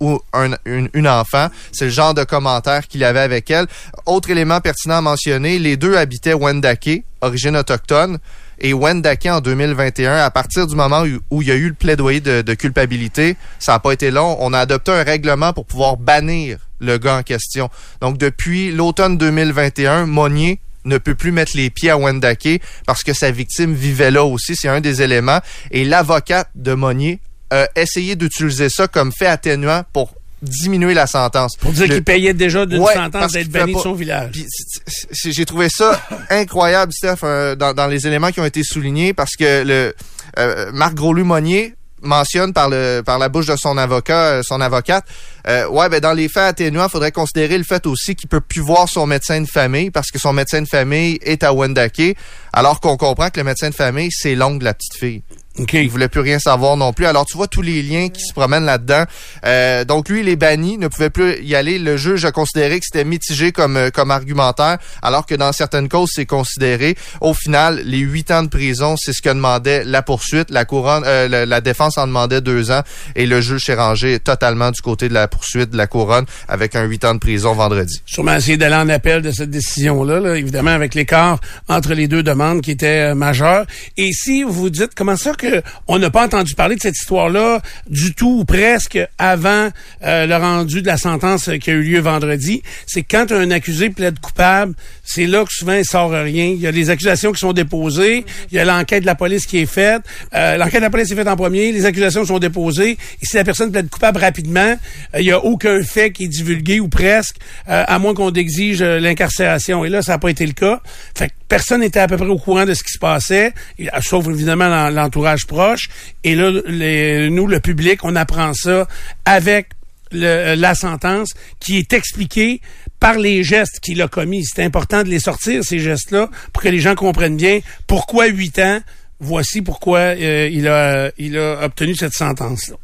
ou un- une, une enfant. C'est le genre de commentaire qu'il avait avec elle. Autre élément pertinent à mentionner, les deux habitaient Wendake, origine autochtone. Et Wendake, en 2021, à partir du moment où, où il y a eu le plaidoyer de, de culpabilité, ça n'a pas été long, on a adopté un règlement pour pouvoir bannir le gars en question. Donc, depuis l'automne 2021, Monnier ne peut plus mettre les pieds à Wendake parce que sa victime vivait là aussi. C'est un des éléments. Et l'avocat de Monnier a essayé Euh, d'utiliser ça comme fait atténuant pour diminuer la sentence.
Pour dire
Le-
qu'il payait déjà d'une
Ouais,
sentence
parce
d'être
qu'il fait
banni de
pas-
son village.
Puis, c- c- c- j'ai trouvé ça incroyable, Steph, euh, dans, dans les éléments qui ont été soulignés, parce que le euh, Marc Groslu-Monnier mentionne par le par la bouche de son avocat, euh, son avocate, euh, ouais, ben dans les faits atténuants, faudrait considérer le fait aussi qu'il peut plus voir son médecin de famille parce que son médecin de famille est à Wendake, alors qu'on comprend que le médecin de famille c'est l'ongle de la petite fille.
OK.
Il voulait plus rien savoir non plus. Alors tu vois tous les liens qui se promènent là-dedans. Euh, donc lui, il est banni, ne pouvait plus y aller. Le juge a considéré que c'était mitigé comme euh, comme argumentaire, alors que dans certaines causes c'est considéré. Au final, les huit ans de prison, c'est ce que demandait la poursuite. La couronne, euh, la, la défense en demandait deux ans, et le juge s'est rangé totalement du côté de la poursuite de la couronne avec un huit ans de prison vendredi.
Sûrement essayer d'aller en appel de cette décision-là, là, évidemment, avec l'écart entre les deux demandes qui était euh, majeur. Et si vous vous dites, comment ça que on n'a pas entendu parler de cette histoire-là du tout ou presque avant euh, le rendu de la sentence euh, qui a eu lieu vendredi, c'est quand un accusé plaide coupable, c'est là que souvent il sort rien. Il y a les accusations qui sont déposées, il y a l'enquête de la police qui est faite. Euh, l'enquête de la police est faite en premier, les accusations sont déposées. Et si la personne plaide coupable rapidement, euh, il n'y a aucun fait qui est divulgué ou presque, euh, à moins qu'on exige euh, l'incarcération. Et là, ça n'a pas été le cas. Fait que personne n'était à peu près au courant de ce qui se passait, et- euh, sauf évidemment l'en- l'entourage proche. Et là, les- nous, le public, on apprend ça avec le- euh, la sentence qui est expliquée par les gestes qu'il a commis. C'est important de les sortir, ces gestes-là, pour que les gens comprennent bien pourquoi huit ans, voici pourquoi euh, il, a, il a obtenu cette sentence-là.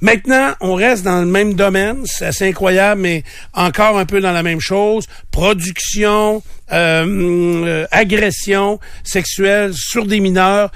Maintenant, on reste dans le même domaine, c'est assez incroyable, mais encore un peu dans la même chose. Production, euh, hum, euh, agression sexuelle sur des mineurs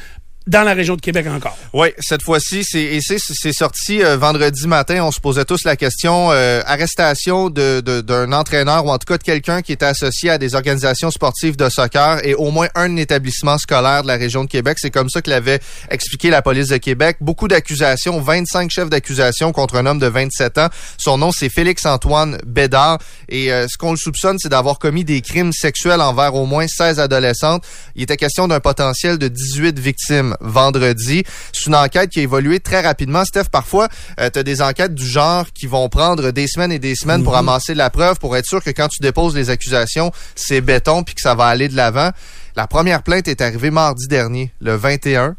dans la région de Québec encore.
Oui, cette fois-ci, c'est et c'est- c'est sorti euh, vendredi matin. On se posait tous la question euh, arrestation de- de- d'un entraîneur ou en tout cas de quelqu'un qui était associé à des organisations sportives de soccer et au moins un établissement scolaire de la région de Québec. C'est comme ça que l'avait expliqué la police de Québec. Beaucoup d'accusations, 25 chefs d'accusation contre un homme de 27 ans. Son nom, c'est Félix-Antoine Bédard. Et euh, ce qu'on le soupçonne, c'est d'avoir commis des crimes sexuels envers au moins 16 adolescentes. Il était question d'un potentiel de 18 victimes vendredi. C'est une enquête qui a évolué très rapidement. Steph, parfois, tu as des enquêtes du genre qui vont prendre des semaines et des semaines pour amasser de la preuve, pour être sûr que quand tu déposes les accusations, c'est béton puis que ça va aller de l'avant. La première plainte est arrivée mardi dernier, le 21,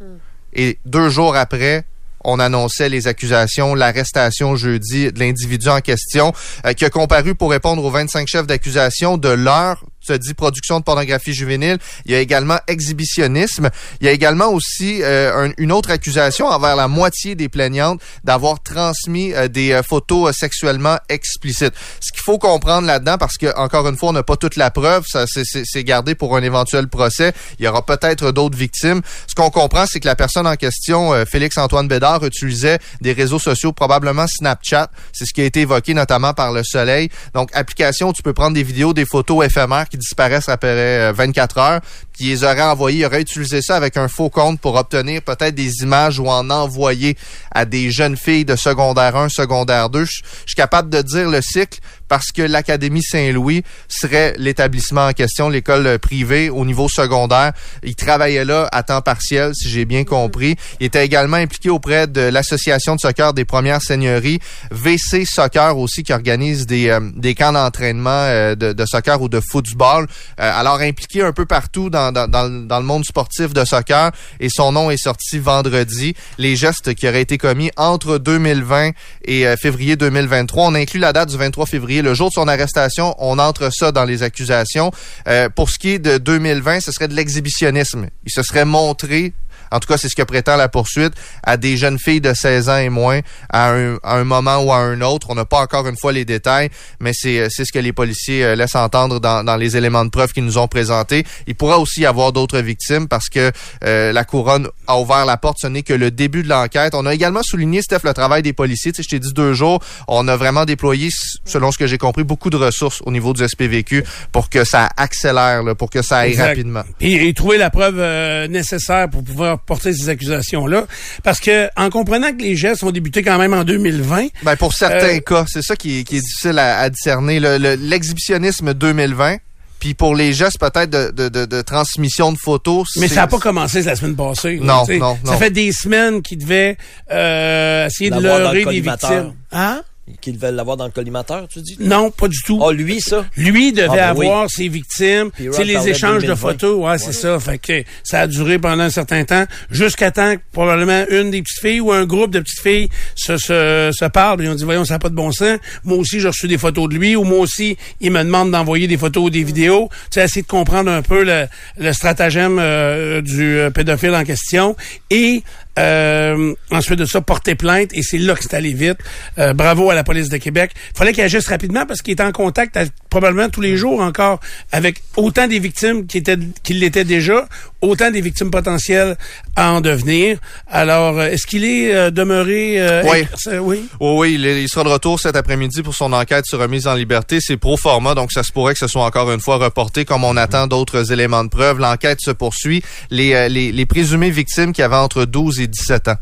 et deux jours après, on annonçait les accusations, l'arrestation jeudi de l'individu en question euh, qui a comparu pour répondre aux 25 chefs d'accusation de leur se dit production de pornographie juvénile. Il y a également exhibitionnisme. Il y a également aussi euh, un- une autre accusation envers la moitié des plaignantes d'avoir transmis euh, des euh, photos euh, sexuellement explicites. Ce qu'il faut comprendre là-dedans, parce que encore une fois, on n'a pas toute la preuve, ça c'est- c'est c'est gardé pour un éventuel procès. Il y aura peut-être d'autres victimes. Ce qu'on comprend, c'est que la personne en question, euh, Félix-Antoine Bédard, utilisait des réseaux sociaux, probablement Snapchat. C'est ce qui a été évoqué notamment par Le Soleil. Donc, application où tu peux prendre des vidéos, des photos éphémères qui disparaissent après euh, 24 heures, puis ils auraient envoyé, ils auraient utilisé ça avec un faux compte pour obtenir peut-être des images ou en envoyer à des jeunes filles de secondaire 1, secondaire 2. Je je suis capable de dire le cycle parce que l'Académie Saint-Louis serait l'établissement en question, l'école euh, privée au niveau secondaire. Il travaillait là à temps partiel, si j'ai bien compris. Il était également impliqué auprès de l'Association de soccer des premières seigneuries, VC Soccer aussi, qui organise des, euh, des camps d'entraînement euh, de, de soccer ou de football. Euh, alors, impliqué un peu partout dans, dans, dans le- dans le monde sportif de soccer. Et son nom est sorti vendredi. Les gestes qui auraient été commis entre 2020 et euh, février 2023. On inclut la date du 23 février, le jour de son arrestation. On entre ça dans les accusations. Euh, pour ce qui est de 2020, ce serait de l'exhibitionnisme. Il se serait montré en tout cas, c'est ce que prétend la poursuite, à des jeunes filles de 16 ans et moins, à un, à un moment ou à un autre. On n'a pas encore une fois les détails, mais c'est euh, c'est ce que les policiers euh, laissent entendre dans, dans les éléments de preuve qu'ils nous ont présentés. Il pourra aussi y avoir d'autres victimes parce que euh, la couronne a ouvert la porte. Ce n'est que le début de l'enquête. On a également souligné, Steph, le travail des policiers. Tu sais, je t'ai dit deux jours. On a vraiment déployé, s- selon ce que j'ai compris, beaucoup de ressources au niveau du SPVQ pour que ça accélère, là, pour que ça aille
Exact.
rapidement.
Et, et trouver la preuve euh, nécessaire pour pouvoir porter ces accusations-là. Parce que en comprenant que les gestes ont débuté quand même en 2020,
Ben pour certains
Euh,
cas, c'est ça qui est, qui est difficile à, à discerner. Le- le- L'exhibitionnisme 2020, puis pour les gestes peut-être de, de- de- de transmission de photos.
mais
c'est-
ça n'a pas commencé la semaine passée. là,
Non,
tu sais.
non, non.
Ça fait des semaines qu'ils devaient euh, essayer de
L'avoir dans le
leurrer des
collimateur.
victimes. Hein?
Qu'ils veulent l'avoir dans le collimateur, tu dis?
Non, pas du tout.
Ah, lui, ça?
Lui devait
Ah, ben oui.
avoir ses victimes,
Puis
c'est
Rod
les
parlait de
échanges de
2020.
photos, ouais, c'est ça. Fait que ça a duré pendant un certain temps, jusqu'à temps que probablement une des petites filles ou un groupe de petites filles se, se, se parlent. Ils ont dit voyons, ça n'a pas de bon sens. Moi aussi, j'ai reçu des photos de lui, ou moi aussi, il me demande d'envoyer des photos ou des vidéos. Tu sais, essayer de comprendre un peu le, le stratagème euh, du euh, pédophile en question. Et euh, ensuite de ça, porter plainte et c'est là que c'est allé vite. Euh, bravo à la police de Québec. fallait qu'il agisse rapidement parce qu'il était en contact à- probablement tous les jours encore avec autant des victimes qui étaient qu'il l'était déjà, autant des victimes potentielles à en devenir. Alors, euh, est-ce qu'il est euh, demeuré euh,
Oui.
inc- euh, oui.
Oui, oui, il, est- il sera de retour cet après-midi pour son enquête sur remise en liberté. C'est pro forma, donc ça se pourrait que ce soit encore une fois reporté, comme on attend d'autres éléments de preuve. L'enquête se poursuit. Les, euh, les, les présumées victimes qui avaient entre 12 et 17 ans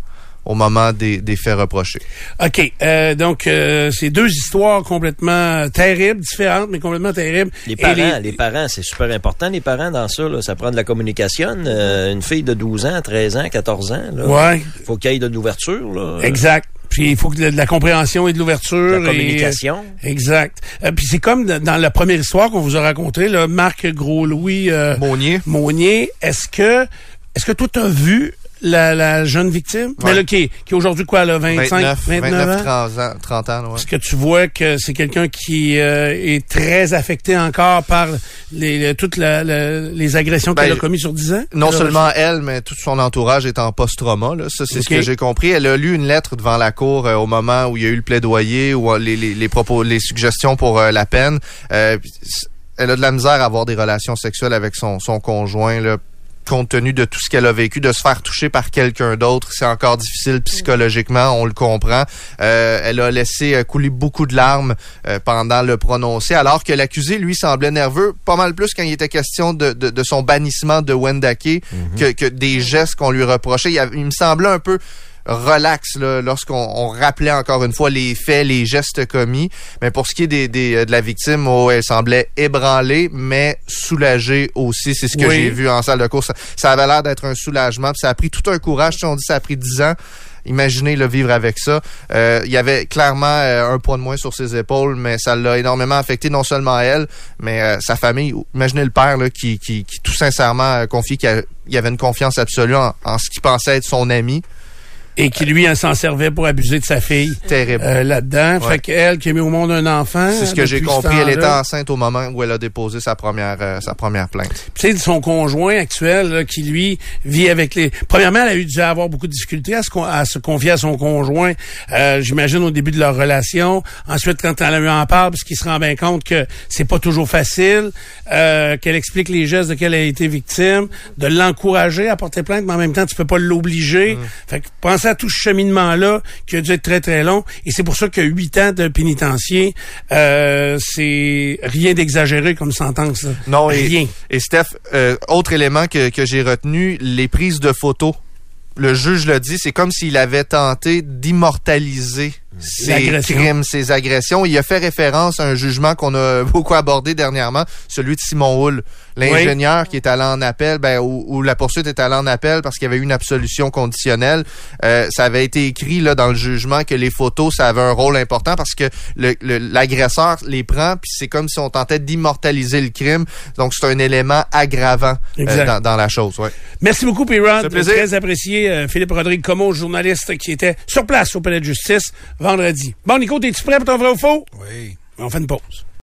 au moment des, des faits reprochés.
OK. euh, donc, euh, c'est deux histoires complètement terribles, différentes, mais complètement terribles.
Les
Et
parents, les... parents, c'est super important, les parents, dans ça, là. Ça prend de la communication. Euh, une fille de 12 ans, 13 ans, 14 ans, là.
Ouais.
Faut qu'il y ait de l'ouverture,
Euh,
là.
Exact. Puis il faut que de, de la compréhension et de l'ouverture.
De la communication.
et, euh, exact. Euh, puis c'est comme dans- dans la première histoire qu'on vous a racontée, là, Marc Gros-Louis euh,
Monnier.
Monnier. Est-ce que est-ce que toi t'as vu la, la jeune victime? Mais là, qui, qui est aujourd'hui quoi, là, 25,
29,
29 ans?
30 ans. 30 ans ouais.
Est-ce que tu vois que c'est quelqu'un qui euh, est très affecté encore par les, le- toutes la- la- les agressions
Ben,
qu'elle a commises sur 10 ans?
Non
Là,
seulement elle, mais tout son entourage est en post-trauma. là. Ça, c'est ce
Ok.
que j'ai compris. Elle a lu une lettre devant la cour euh, au moment où il y a eu le plaidoyer ou euh, les, les- les propos, les suggestions pour euh, la peine. Euh, puis c- elle a de la misère à avoir des relations sexuelles avec son, son conjoint. Là. Compte tenu de tout ce qu'elle a vécu, de se faire toucher par quelqu'un d'autre, c'est encore difficile psychologiquement, on le comprend. Euh, elle a laissé euh, couler beaucoup de larmes euh, pendant le prononcé, alors que l'accusé, lui, semblait nerveux, pas mal plus quand il était question de, de- de son bannissement de Wendake que, que des gestes qu'on lui reprochait. Il, avait- il me semblait un peu relax là, lorsqu'on on rappelait encore une fois les faits, les gestes commis. Mais pour ce qui est des, des, euh, de la victime, oh, elle semblait ébranlée, mais soulagée aussi. C'est ce que
Oui.
j'ai vu en salle de course. Ça, ça avait l'air d'être un soulagement. Puis ça a pris tout un courage. Tu sais, on dit ça a pris 10 ans. Imaginez le vivre avec ça. Euh, il y avait clairement euh, un poids de moins sur ses épaules, mais ça l'a énormément affecté, non seulement elle, mais euh, sa famille. Imaginez le père là, qui, qui, qui, tout sincèrement euh, confie qu'il y a- il y avait une confiance absolue en, en ce qu'il pensait être son ami.
Et qui, lui, hein, s'en servait pour abuser de sa fille.
Terrible.
Euh, là-dedans.
Ouais.
Fait qu'elle qui a mis au monde un enfant.
C'est ce que
depuis
j'ai
ce
compris. Elle était
temps-là.
enceinte au moment où elle a déposé sa première, euh, sa première plainte.
Tu sais, de son conjoint actuel là, qui, lui, vit avec les... Premièrement, elle a eu dû avoir beaucoup de difficultés à se, con- à se confier à son conjoint, euh, j'imagine, au début de leur relation. Ensuite, quand elle a eu en parle, parce qu'il se rend bien compte que c'est pas toujours facile, euh, qu'elle explique les gestes de qu'elle a été victime, de l'encourager à porter plainte, mais en même temps, tu peux pas l'obliger. Fait que pensez à tout ce cheminement-là qui a dû être très, très long. Et c'est pour ça que huit ans de pénitencier, euh, c'est rien d'exagéré comme sentence. là.
Non, et,
rien.
et Steph, euh, autre élément que, que j'ai retenu, les prises de photos. Le juge le dit, c'est comme s'il avait tenté d'immortaliser ses
L'agression.
crimes, ses agressions. Il a fait référence à un jugement qu'on a beaucoup abordé dernièrement, celui de Simon Hull, l'ingénieur qui est allé en appel, ben, où, où la poursuite est allée en appel parce qu'il y avait eu une absolution conditionnelle. Euh, ça avait été écrit là dans le jugement que les photos, ça avait un rôle important parce que le- le- l'agresseur les prend, puis c'est comme si on tentait d'immortaliser le crime. Donc, c'est un élément aggravant euh,
Exact.
dans, dans la chose. Ouais.
Merci beaucoup, P-Rod.
Ça fait plaisir.
Très apprécié. euh, Philippe Rodrigue Como, journaliste qui était sur place au palais de justice vendredi. Bon, Nico, es-tu prêt pour ton vrai ou faux?
Oui.
On fait une pause.